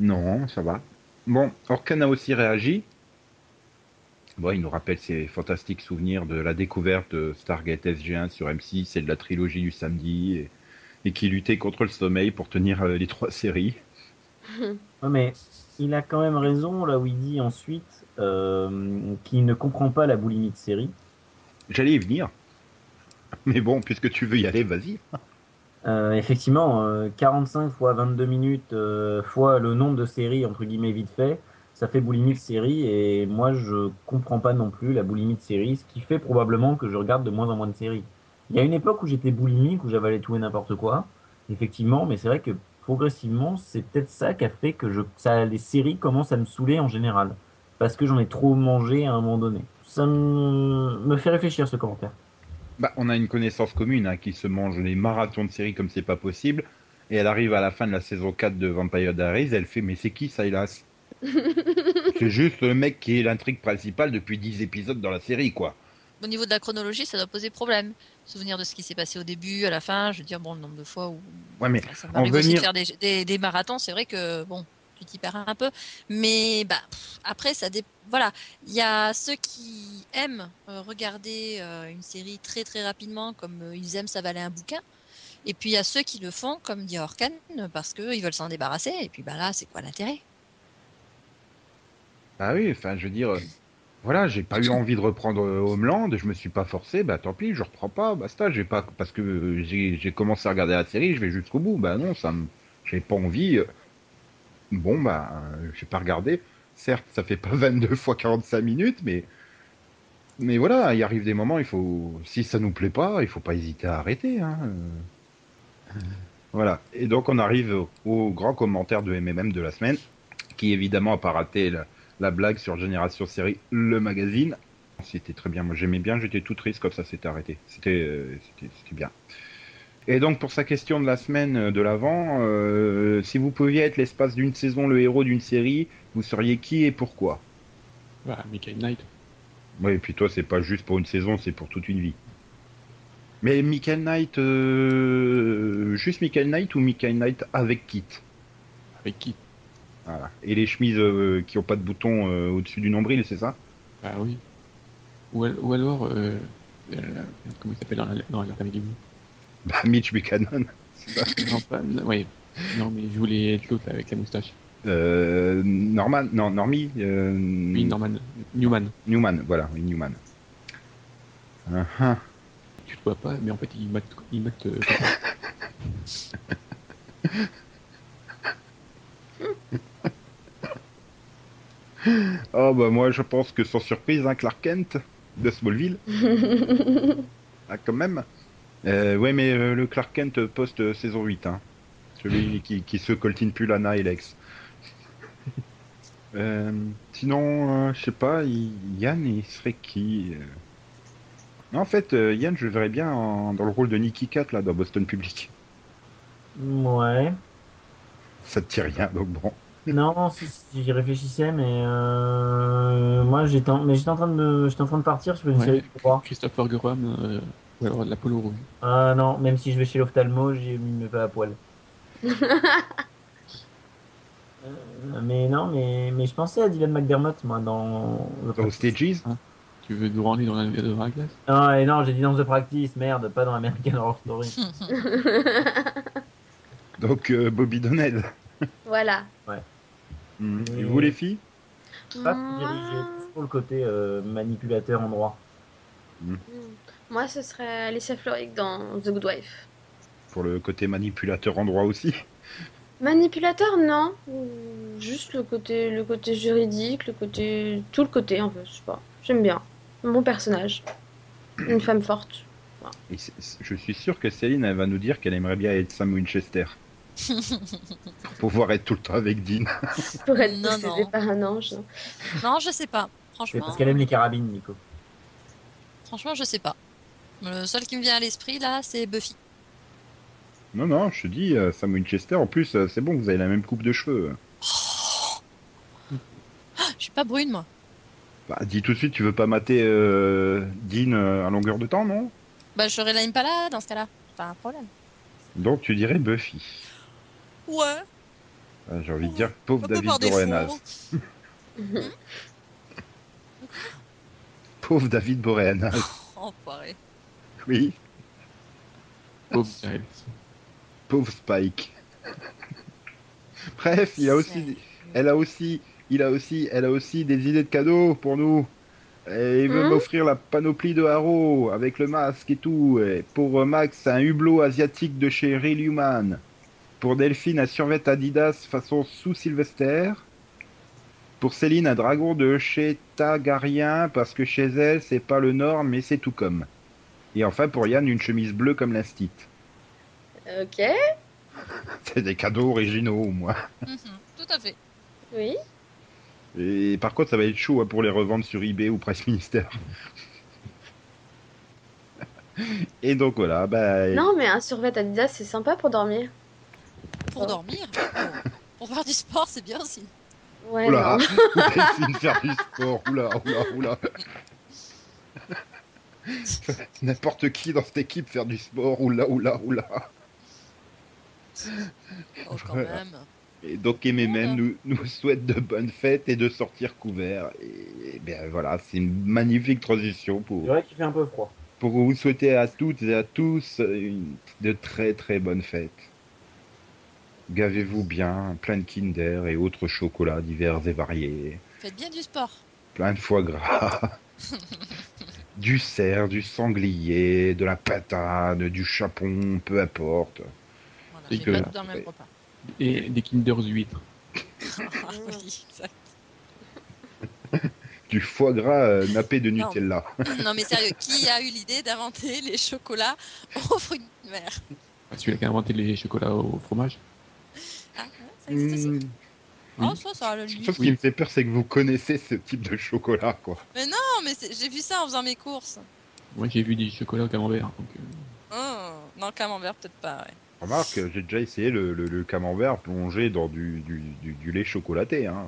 Speaker 1: Non, ça va. Bon, Orkan a aussi réagi. Bon, il nous rappelle ses fantastiques souvenirs de la découverte de Stargate SG1 sur M6 et de la trilogie du samedi, et, et qui luttait contre le sommeil pour tenir euh, les trois séries.
Speaker 3: Ouais, mais il a quand même raison là où il dit ensuite euh, qu'il ne comprend pas la boulimie de série.
Speaker 1: J'allais y venir. Mais bon, puisque tu veux y aller, vas-y.
Speaker 3: Euh, effectivement, euh, 45 fois 22 minutes euh, fois le nombre de séries, entre guillemets, vite fait, ça fait boulimie de séries et moi je comprends pas non plus la boulimie de séries, ce qui fait probablement que je regarde de moins en moins de séries. Il y a une époque où j'étais boulimique, où j'avalais tout et n'importe quoi, effectivement, mais c'est vrai que progressivement, c'est peut-être ça qui a fait que je, ça, les séries commencent à me saouler en général, parce que j'en ai trop mangé à un moment donné. Ça me, me fait réfléchir ce commentaire.
Speaker 1: Bah, on a une connaissance commune hein, qui se mange les marathons de séries comme c'est pas possible. Et elle arrive à la fin de la saison 4 de Vampire Diaries, elle fait Mais c'est qui Silas C'est juste le mec qui est l'intrigue principale depuis 10 épisodes dans la série, quoi.
Speaker 4: Au niveau de la chronologie, ça doit poser problème. Souvenir de ce qui s'est passé au début, à la fin, je veux dire, bon, le nombre de fois où bah,
Speaker 1: Ouais, mais
Speaker 4: ça m'arrive
Speaker 1: en
Speaker 4: aussi de
Speaker 1: venir-
Speaker 4: faire des, des- des marathons, c'est vrai que bon, tu t'y perds un peu, mais bah pff, après ça dé... voilà, il y a ceux qui aiment euh, regarder euh, une série très très rapidement comme euh, ils aiment s'avaler un bouquin. Et puis il y a ceux qui le font comme dit Orkan parce que ils veulent s'en débarrasser et puis bah là, c'est quoi l'intérêt
Speaker 1: Ah oui, enfin, je veux dire, euh, voilà, j'ai pas eu envie de reprendre euh, Homeland, je me suis pas forcé, bah tant pis, je reprends pas, basta, j'ai pas, parce que euh, j'ai j'ai commencé à regarder la série, je vais jusqu'au bout, bah non, ça me, j'ai pas envie, euh, bon, bah, euh, j'ai pas regardé, certes, ça fait pas [laughs] 22 fois 45 minutes, mais, mais voilà, il arrive des moments, il faut, si ça nous plaît pas, il faut pas hésiter à arrêter, hein. euh. Voilà, et donc on arrive au, au grand commentaire de MMM de la semaine, qui évidemment a pas raté la- la blague sur Génération Série, le magazine. C'était très bien, moi j'aimais bien, j'étais tout triste comme ça s'était arrêté. C'était euh, c'était- c'était bien. Et donc pour sa question de la semaine euh, de l'avant, euh, si vous pouviez être l'espace d'une saison le héros d'une série, vous seriez qui et pourquoi
Speaker 2: Voilà, Michael Knight.
Speaker 1: Oui, et puis toi c'est pas juste pour une saison, c'est pour toute une vie. Mais Michael Knight, euh, juste Michael Knight ou Michael Knight avec Kit
Speaker 2: Avec qui
Speaker 1: Voilà. Et les chemises euh, qui ont pas de bouton euh, au-dessus du nombril, c'est ça
Speaker 2: Bah oui. Ou, al- ou alors, euh, euh, comment il s'appelle dans la, dans la garde avec lui
Speaker 1: Bah Mitch Buchanan.
Speaker 2: Non, pas, non, ouais. non, mais je voulais être l'autre là, avec la moustache.
Speaker 1: Euh, Norman, non, Normie, euh,
Speaker 2: Oui, Norman. Newman.
Speaker 1: Newman, voilà, oui, Newman. Ah, ah.
Speaker 2: Tu le vois pas, mais en fait, il mate. Il mate euh,
Speaker 1: Oh, bah moi je pense que sans surprise, hein, Clark Kent de Smallville, ah, quand même. Euh, ouais, mais euh, le Clark Kent post-saison 8, hein. celui qui, qui se coltine plus Lana et Lex. Euh, sinon, euh, je sais pas, il- Yann, il serait qui euh En fait, euh, Yann, je le verrais bien en- dans le rôle de Nicky Cat là, dans Boston Public.
Speaker 3: Ouais.
Speaker 1: Ça te dit rien, donc bon.
Speaker 3: Non, si, si, j'y réfléchissais, mais euh, moi j'étais en, mais j'étais en train de, j'étais en train de partir sur une
Speaker 2: Ouais.
Speaker 3: série de trois.
Speaker 2: Christopher Gorham, euh, ou alors l'Apollo Rouge.
Speaker 3: Ah non, même si je vais chez l'ophtalmo, j'y me mets pas à poil. [laughs] Euh, mais non, mais, mais je pensais à Dylan McDermott, moi, dans. The
Speaker 1: Dans
Speaker 3: Practice.
Speaker 1: Stages
Speaker 2: Tu veux nous ranger dans la, dans la glace
Speaker 3: Ah, et non, j'ai dit dans The Practice, merde, pas dans American Horror
Speaker 5: [laughs]
Speaker 3: Story.
Speaker 1: Donc euh, Bobby Donnell.
Speaker 5: voilà.
Speaker 1: Mhm.
Speaker 3: Et-
Speaker 1: Et vous les filles
Speaker 3: Pas pour diriger, plus pour le côté euh, manipulateur en droit.
Speaker 5: Moi, ce serait Alicia Florrick dans The Good Wife.
Speaker 1: Pour le côté manipulateur en droit aussi.
Speaker 5: Manipulateur, non. Ou Juste le côté, le côté juridique, le côté, tout le côté en fait. Je sais pas. J'aime bien. Un bon personnage. Une femme forte.
Speaker 1: Et c'est- c'est- je suis sûr que Céline elle va nous dire qu'elle aimerait bien être Sam Winchester. pour pouvoir être tout le temps avec Dean.
Speaker 5: Pour être
Speaker 4: Non, non.
Speaker 5: possédée par un ange.
Speaker 4: Non, je sais pas.
Speaker 3: C'est
Speaker 4: Franchement,
Speaker 3: parce qu'elle aime les carabines, Nico.
Speaker 4: franchement, je sais pas. Le seul qui me vient à l'esprit là, c'est Buffy.
Speaker 1: Non, non, je te dis, euh, Sam Winchester, en plus, euh, c'est bon, vous avez la même coupe de cheveux.
Speaker 4: Ah, Je suis pas brune moi.
Speaker 1: Bah, dis tout de suite, tu veux pas mater euh, Dean euh, à longueur de temps, non
Speaker 4: Bah, j'aurais la Impala dans ce cas-là. C'est Pas un problème.
Speaker 1: Donc tu dirais Buffy.
Speaker 4: Ouais.
Speaker 1: Ah, J'ai envie de dire pauvre
Speaker 4: Un peu
Speaker 1: David
Speaker 4: par défaut.
Speaker 1: Dorénaz. [laughs] Pauvre David Boreanaz.
Speaker 4: oh, Enfoiré.
Speaker 1: Oui,
Speaker 2: Pauvre Giles.
Speaker 1: pauvre Spike. [laughs] Bref, il a aussi, elle a aussi, il a aussi, elle a aussi des idées de cadeaux pour nous. Et il veut
Speaker 5: Hmm
Speaker 1: m'offrir la panoplie de Haro avec le masque et tout. Et pour euh, Max, c'est un hublot asiatique de chez Real Human. Pour Delphine, un survêt Adidas façon sous Sylvester. Pour Céline, un dragon de chez Tagarien parce que chez elle, c'est pas le Nord, mais c'est tout comme. Et enfin, pour Yann, une chemise bleue comme l'instite.
Speaker 5: Ok,
Speaker 1: C'est des cadeaux originaux, moi.
Speaker 4: Mhm, Tout à fait.
Speaker 5: oui.
Speaker 1: Et par contre, ça va être chaud hein, pour les revendre sur eBay ou Presse Ministère. [laughs] Et donc voilà, bah,
Speaker 5: Non, mais un survêt Adidas, c'est sympa pour dormir.
Speaker 4: Pour dormir, pour, pour faire du sport, c'est bien aussi.
Speaker 5: Ouais,
Speaker 1: oula,
Speaker 5: non.
Speaker 1: [laughs] Delphine faire du sport, oula, oula, oula. [laughs] N'importe qui dans cette équipe faire du sport, oula, oula, oula.
Speaker 4: Oh, quand
Speaker 1: Voilà.
Speaker 4: même.
Speaker 1: Et donc MMM nous, nous souhaite de bonnes fêtes et de sortir couvert. Et, et bien voilà, c'est une magnifique transition
Speaker 3: C'est
Speaker 1: pour,
Speaker 3: vrai qu'il fait un peu froid.
Speaker 1: pour vous souhaiter à toutes et à tous une, de très très bonnes fêtes. Gavez-vous bien, plein de Kinder et autres chocolats divers et variés,
Speaker 4: Faites bien du sport.
Speaker 1: plein de foie gras, du cerf, du sanglier, de la patate, du chapon, peu importe.
Speaker 4: Voilà,
Speaker 2: C'est
Speaker 4: mais
Speaker 2: que-
Speaker 4: pas [laughs] tout dans le même repas.
Speaker 2: Et des Kinders huîtres.
Speaker 4: Ah, oui, ça-
Speaker 1: Du foie gras euh, nappé de
Speaker 4: Non.
Speaker 1: Nutella.
Speaker 4: Non mais sérieux, qui a eu l'idée d'inventer les chocolats aux fruits de mer
Speaker 2: Ah, Celui-là qui a inventé les chocolats au fromage.
Speaker 4: Ah, ça existe aussi
Speaker 1: Mm.
Speaker 2: oui.
Speaker 4: Oh, ça, ça, à la limite.
Speaker 1: Sauf ce qui me fait peur, c'est que vous connaissez ce type de chocolat, quoi.
Speaker 4: Non, mais c'est- j'ai vu ça en faisant mes courses.
Speaker 2: Moi, j'ai vu des chocolats au camembert. Donc, euh,
Speaker 4: Oh, non, camembert, peut-être pas, ouais.
Speaker 1: Remarque, j'ai déjà essayé le, le- le camembert plongé dans du, du- du- du lait chocolaté. Hein.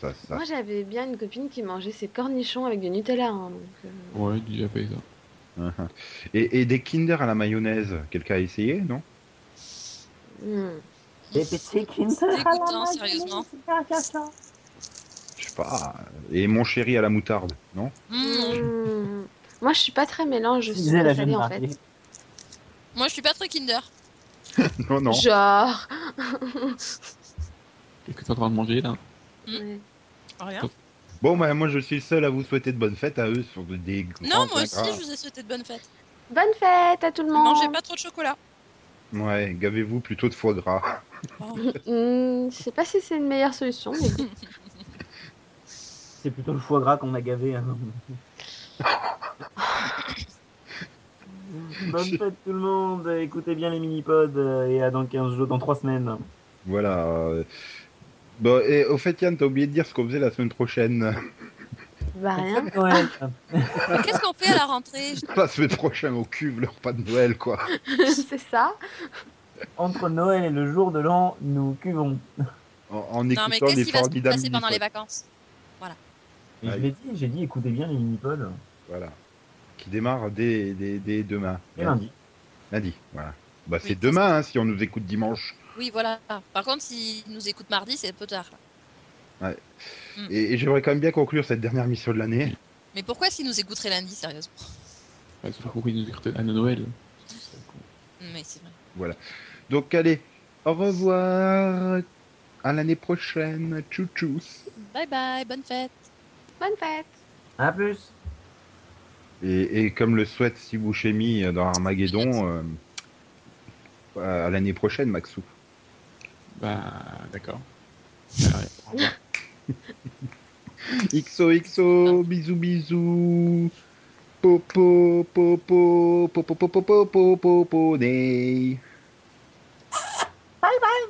Speaker 1: Ça, ça-
Speaker 5: Moi, j'avais bien une copine qui mangeait ses cornichons avec du Nutella. hein, donc, euh,
Speaker 2: ouais, déjà fait ça.
Speaker 1: Uh-huh. Et, et des Kinder à la mayonnaise, quelqu'un a essayé, non
Speaker 5: hmm.
Speaker 3: C'est
Speaker 4: dégoûtant, hein, sérieusement.
Speaker 1: Je sais pas. Et mon chéri à la moutarde, non [laughs]
Speaker 4: Mm.
Speaker 5: Hmm. Moi, je suis pas très mélange
Speaker 3: Je disais la
Speaker 5: sucré
Speaker 3: jeune
Speaker 5: salé en
Speaker 3: mariée.
Speaker 5: fait.
Speaker 4: Moi, je suis pas très Kinder.
Speaker 1: Non, non.
Speaker 5: Genre.
Speaker 2: Qu'est-ce que t'es en train de manger là
Speaker 5: Ouais.
Speaker 4: Rien.
Speaker 1: Bon, bah, moi, je suis le seul à vous souhaiter de bonnes fêtes à eux sur des grands
Speaker 4: Non, moi aussi,
Speaker 1: ingrats.
Speaker 4: je vous ai souhaité de bonnes fêtes.
Speaker 5: Bonne fête à tout le monde.
Speaker 4: Mangez pas trop de chocolat.
Speaker 1: Ouais, gavez-vous plutôt de foie gras. [laughs]
Speaker 5: Hmm, je sais pas si c'est une meilleure solution. Mais... bon.
Speaker 3: C'est plutôt le foie gras qu'on a gavé. hein. [laughs] Bonne fête tout le monde, écoutez bien les mini-pods euh, et à dans 15 jours, dans 3 semaines.
Speaker 1: Voilà. euh. Bon, et au fait, Yann, t'as oublié de dire ce qu'on faisait la semaine prochaine. [laughs]
Speaker 5: Bah rien.
Speaker 3: Ouais.
Speaker 4: Mais Qu'est-ce qu'on fait à la rentrée
Speaker 1: la semaine prochaine, on cuve leur pas de Noël, quoi.
Speaker 5: [laughs] c'est ça.
Speaker 3: Entre Noël et le jour de l'an, nous cuvons.
Speaker 1: En, en
Speaker 4: Non, mais
Speaker 1: écoutant
Speaker 4: qu'est-ce
Speaker 1: des
Speaker 4: qui va se
Speaker 1: formidables
Speaker 4: passer pendant les
Speaker 1: mini-pods.
Speaker 4: vacances
Speaker 3: Et je l'ai dit, j'ai dit écoutez bien les mini-pods
Speaker 1: Voilà. Qui démarre dès, dès- dès demain.
Speaker 3: et lundi.
Speaker 1: Lundi, voilà. Bah, c'est
Speaker 4: Oui,
Speaker 1: demain hein, si on nous écoute dimanche.
Speaker 4: Oui, voilà. Par contre, s'ils nous écoutent mardi, c'est un peu tard. là. Mm.
Speaker 1: Et, et j'aimerais quand même bien conclure cette dernière mission de l'année.
Speaker 4: Mais pourquoi s'ils nous écouteraient lundi, sérieusement [laughs]
Speaker 2: Enfin, Sauf pourquoi ils nous écoutent à Noël.
Speaker 4: Mais c'est vrai.
Speaker 1: Donc allez, au revoir. À l'année prochaine. Tchou tchous.
Speaker 4: Bye bye, bonne fête.
Speaker 5: Bonne fête.
Speaker 3: A plus
Speaker 1: Et, et comme le souhaite Sibouchemi dans Armageddon, euh, à l'année prochaine, Maxou.
Speaker 2: Bah, d'accord. Ah ouais. Au revoir.
Speaker 1: XOXO, bisous bisous. Popo, popo, popo, popo, popo, popo, Bye bye.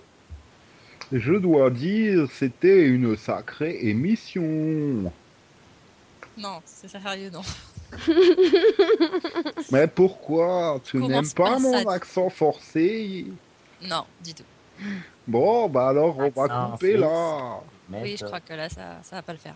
Speaker 1: Je dois dire, c'était une sacrée émission.
Speaker 4: Non, c'est sérieux, non.
Speaker 1: Mais pourquoi tu
Speaker 4: Comment
Speaker 1: n'aimes
Speaker 4: se
Speaker 1: pas
Speaker 4: passe
Speaker 1: mon
Speaker 4: ça
Speaker 1: accent forcé
Speaker 4: Non, du tout.
Speaker 1: Bon, bah alors on va
Speaker 3: Accent
Speaker 1: couper
Speaker 3: forcé.
Speaker 1: là. euh,
Speaker 4: Oui, je crois que là, ça, ça va pas le faire.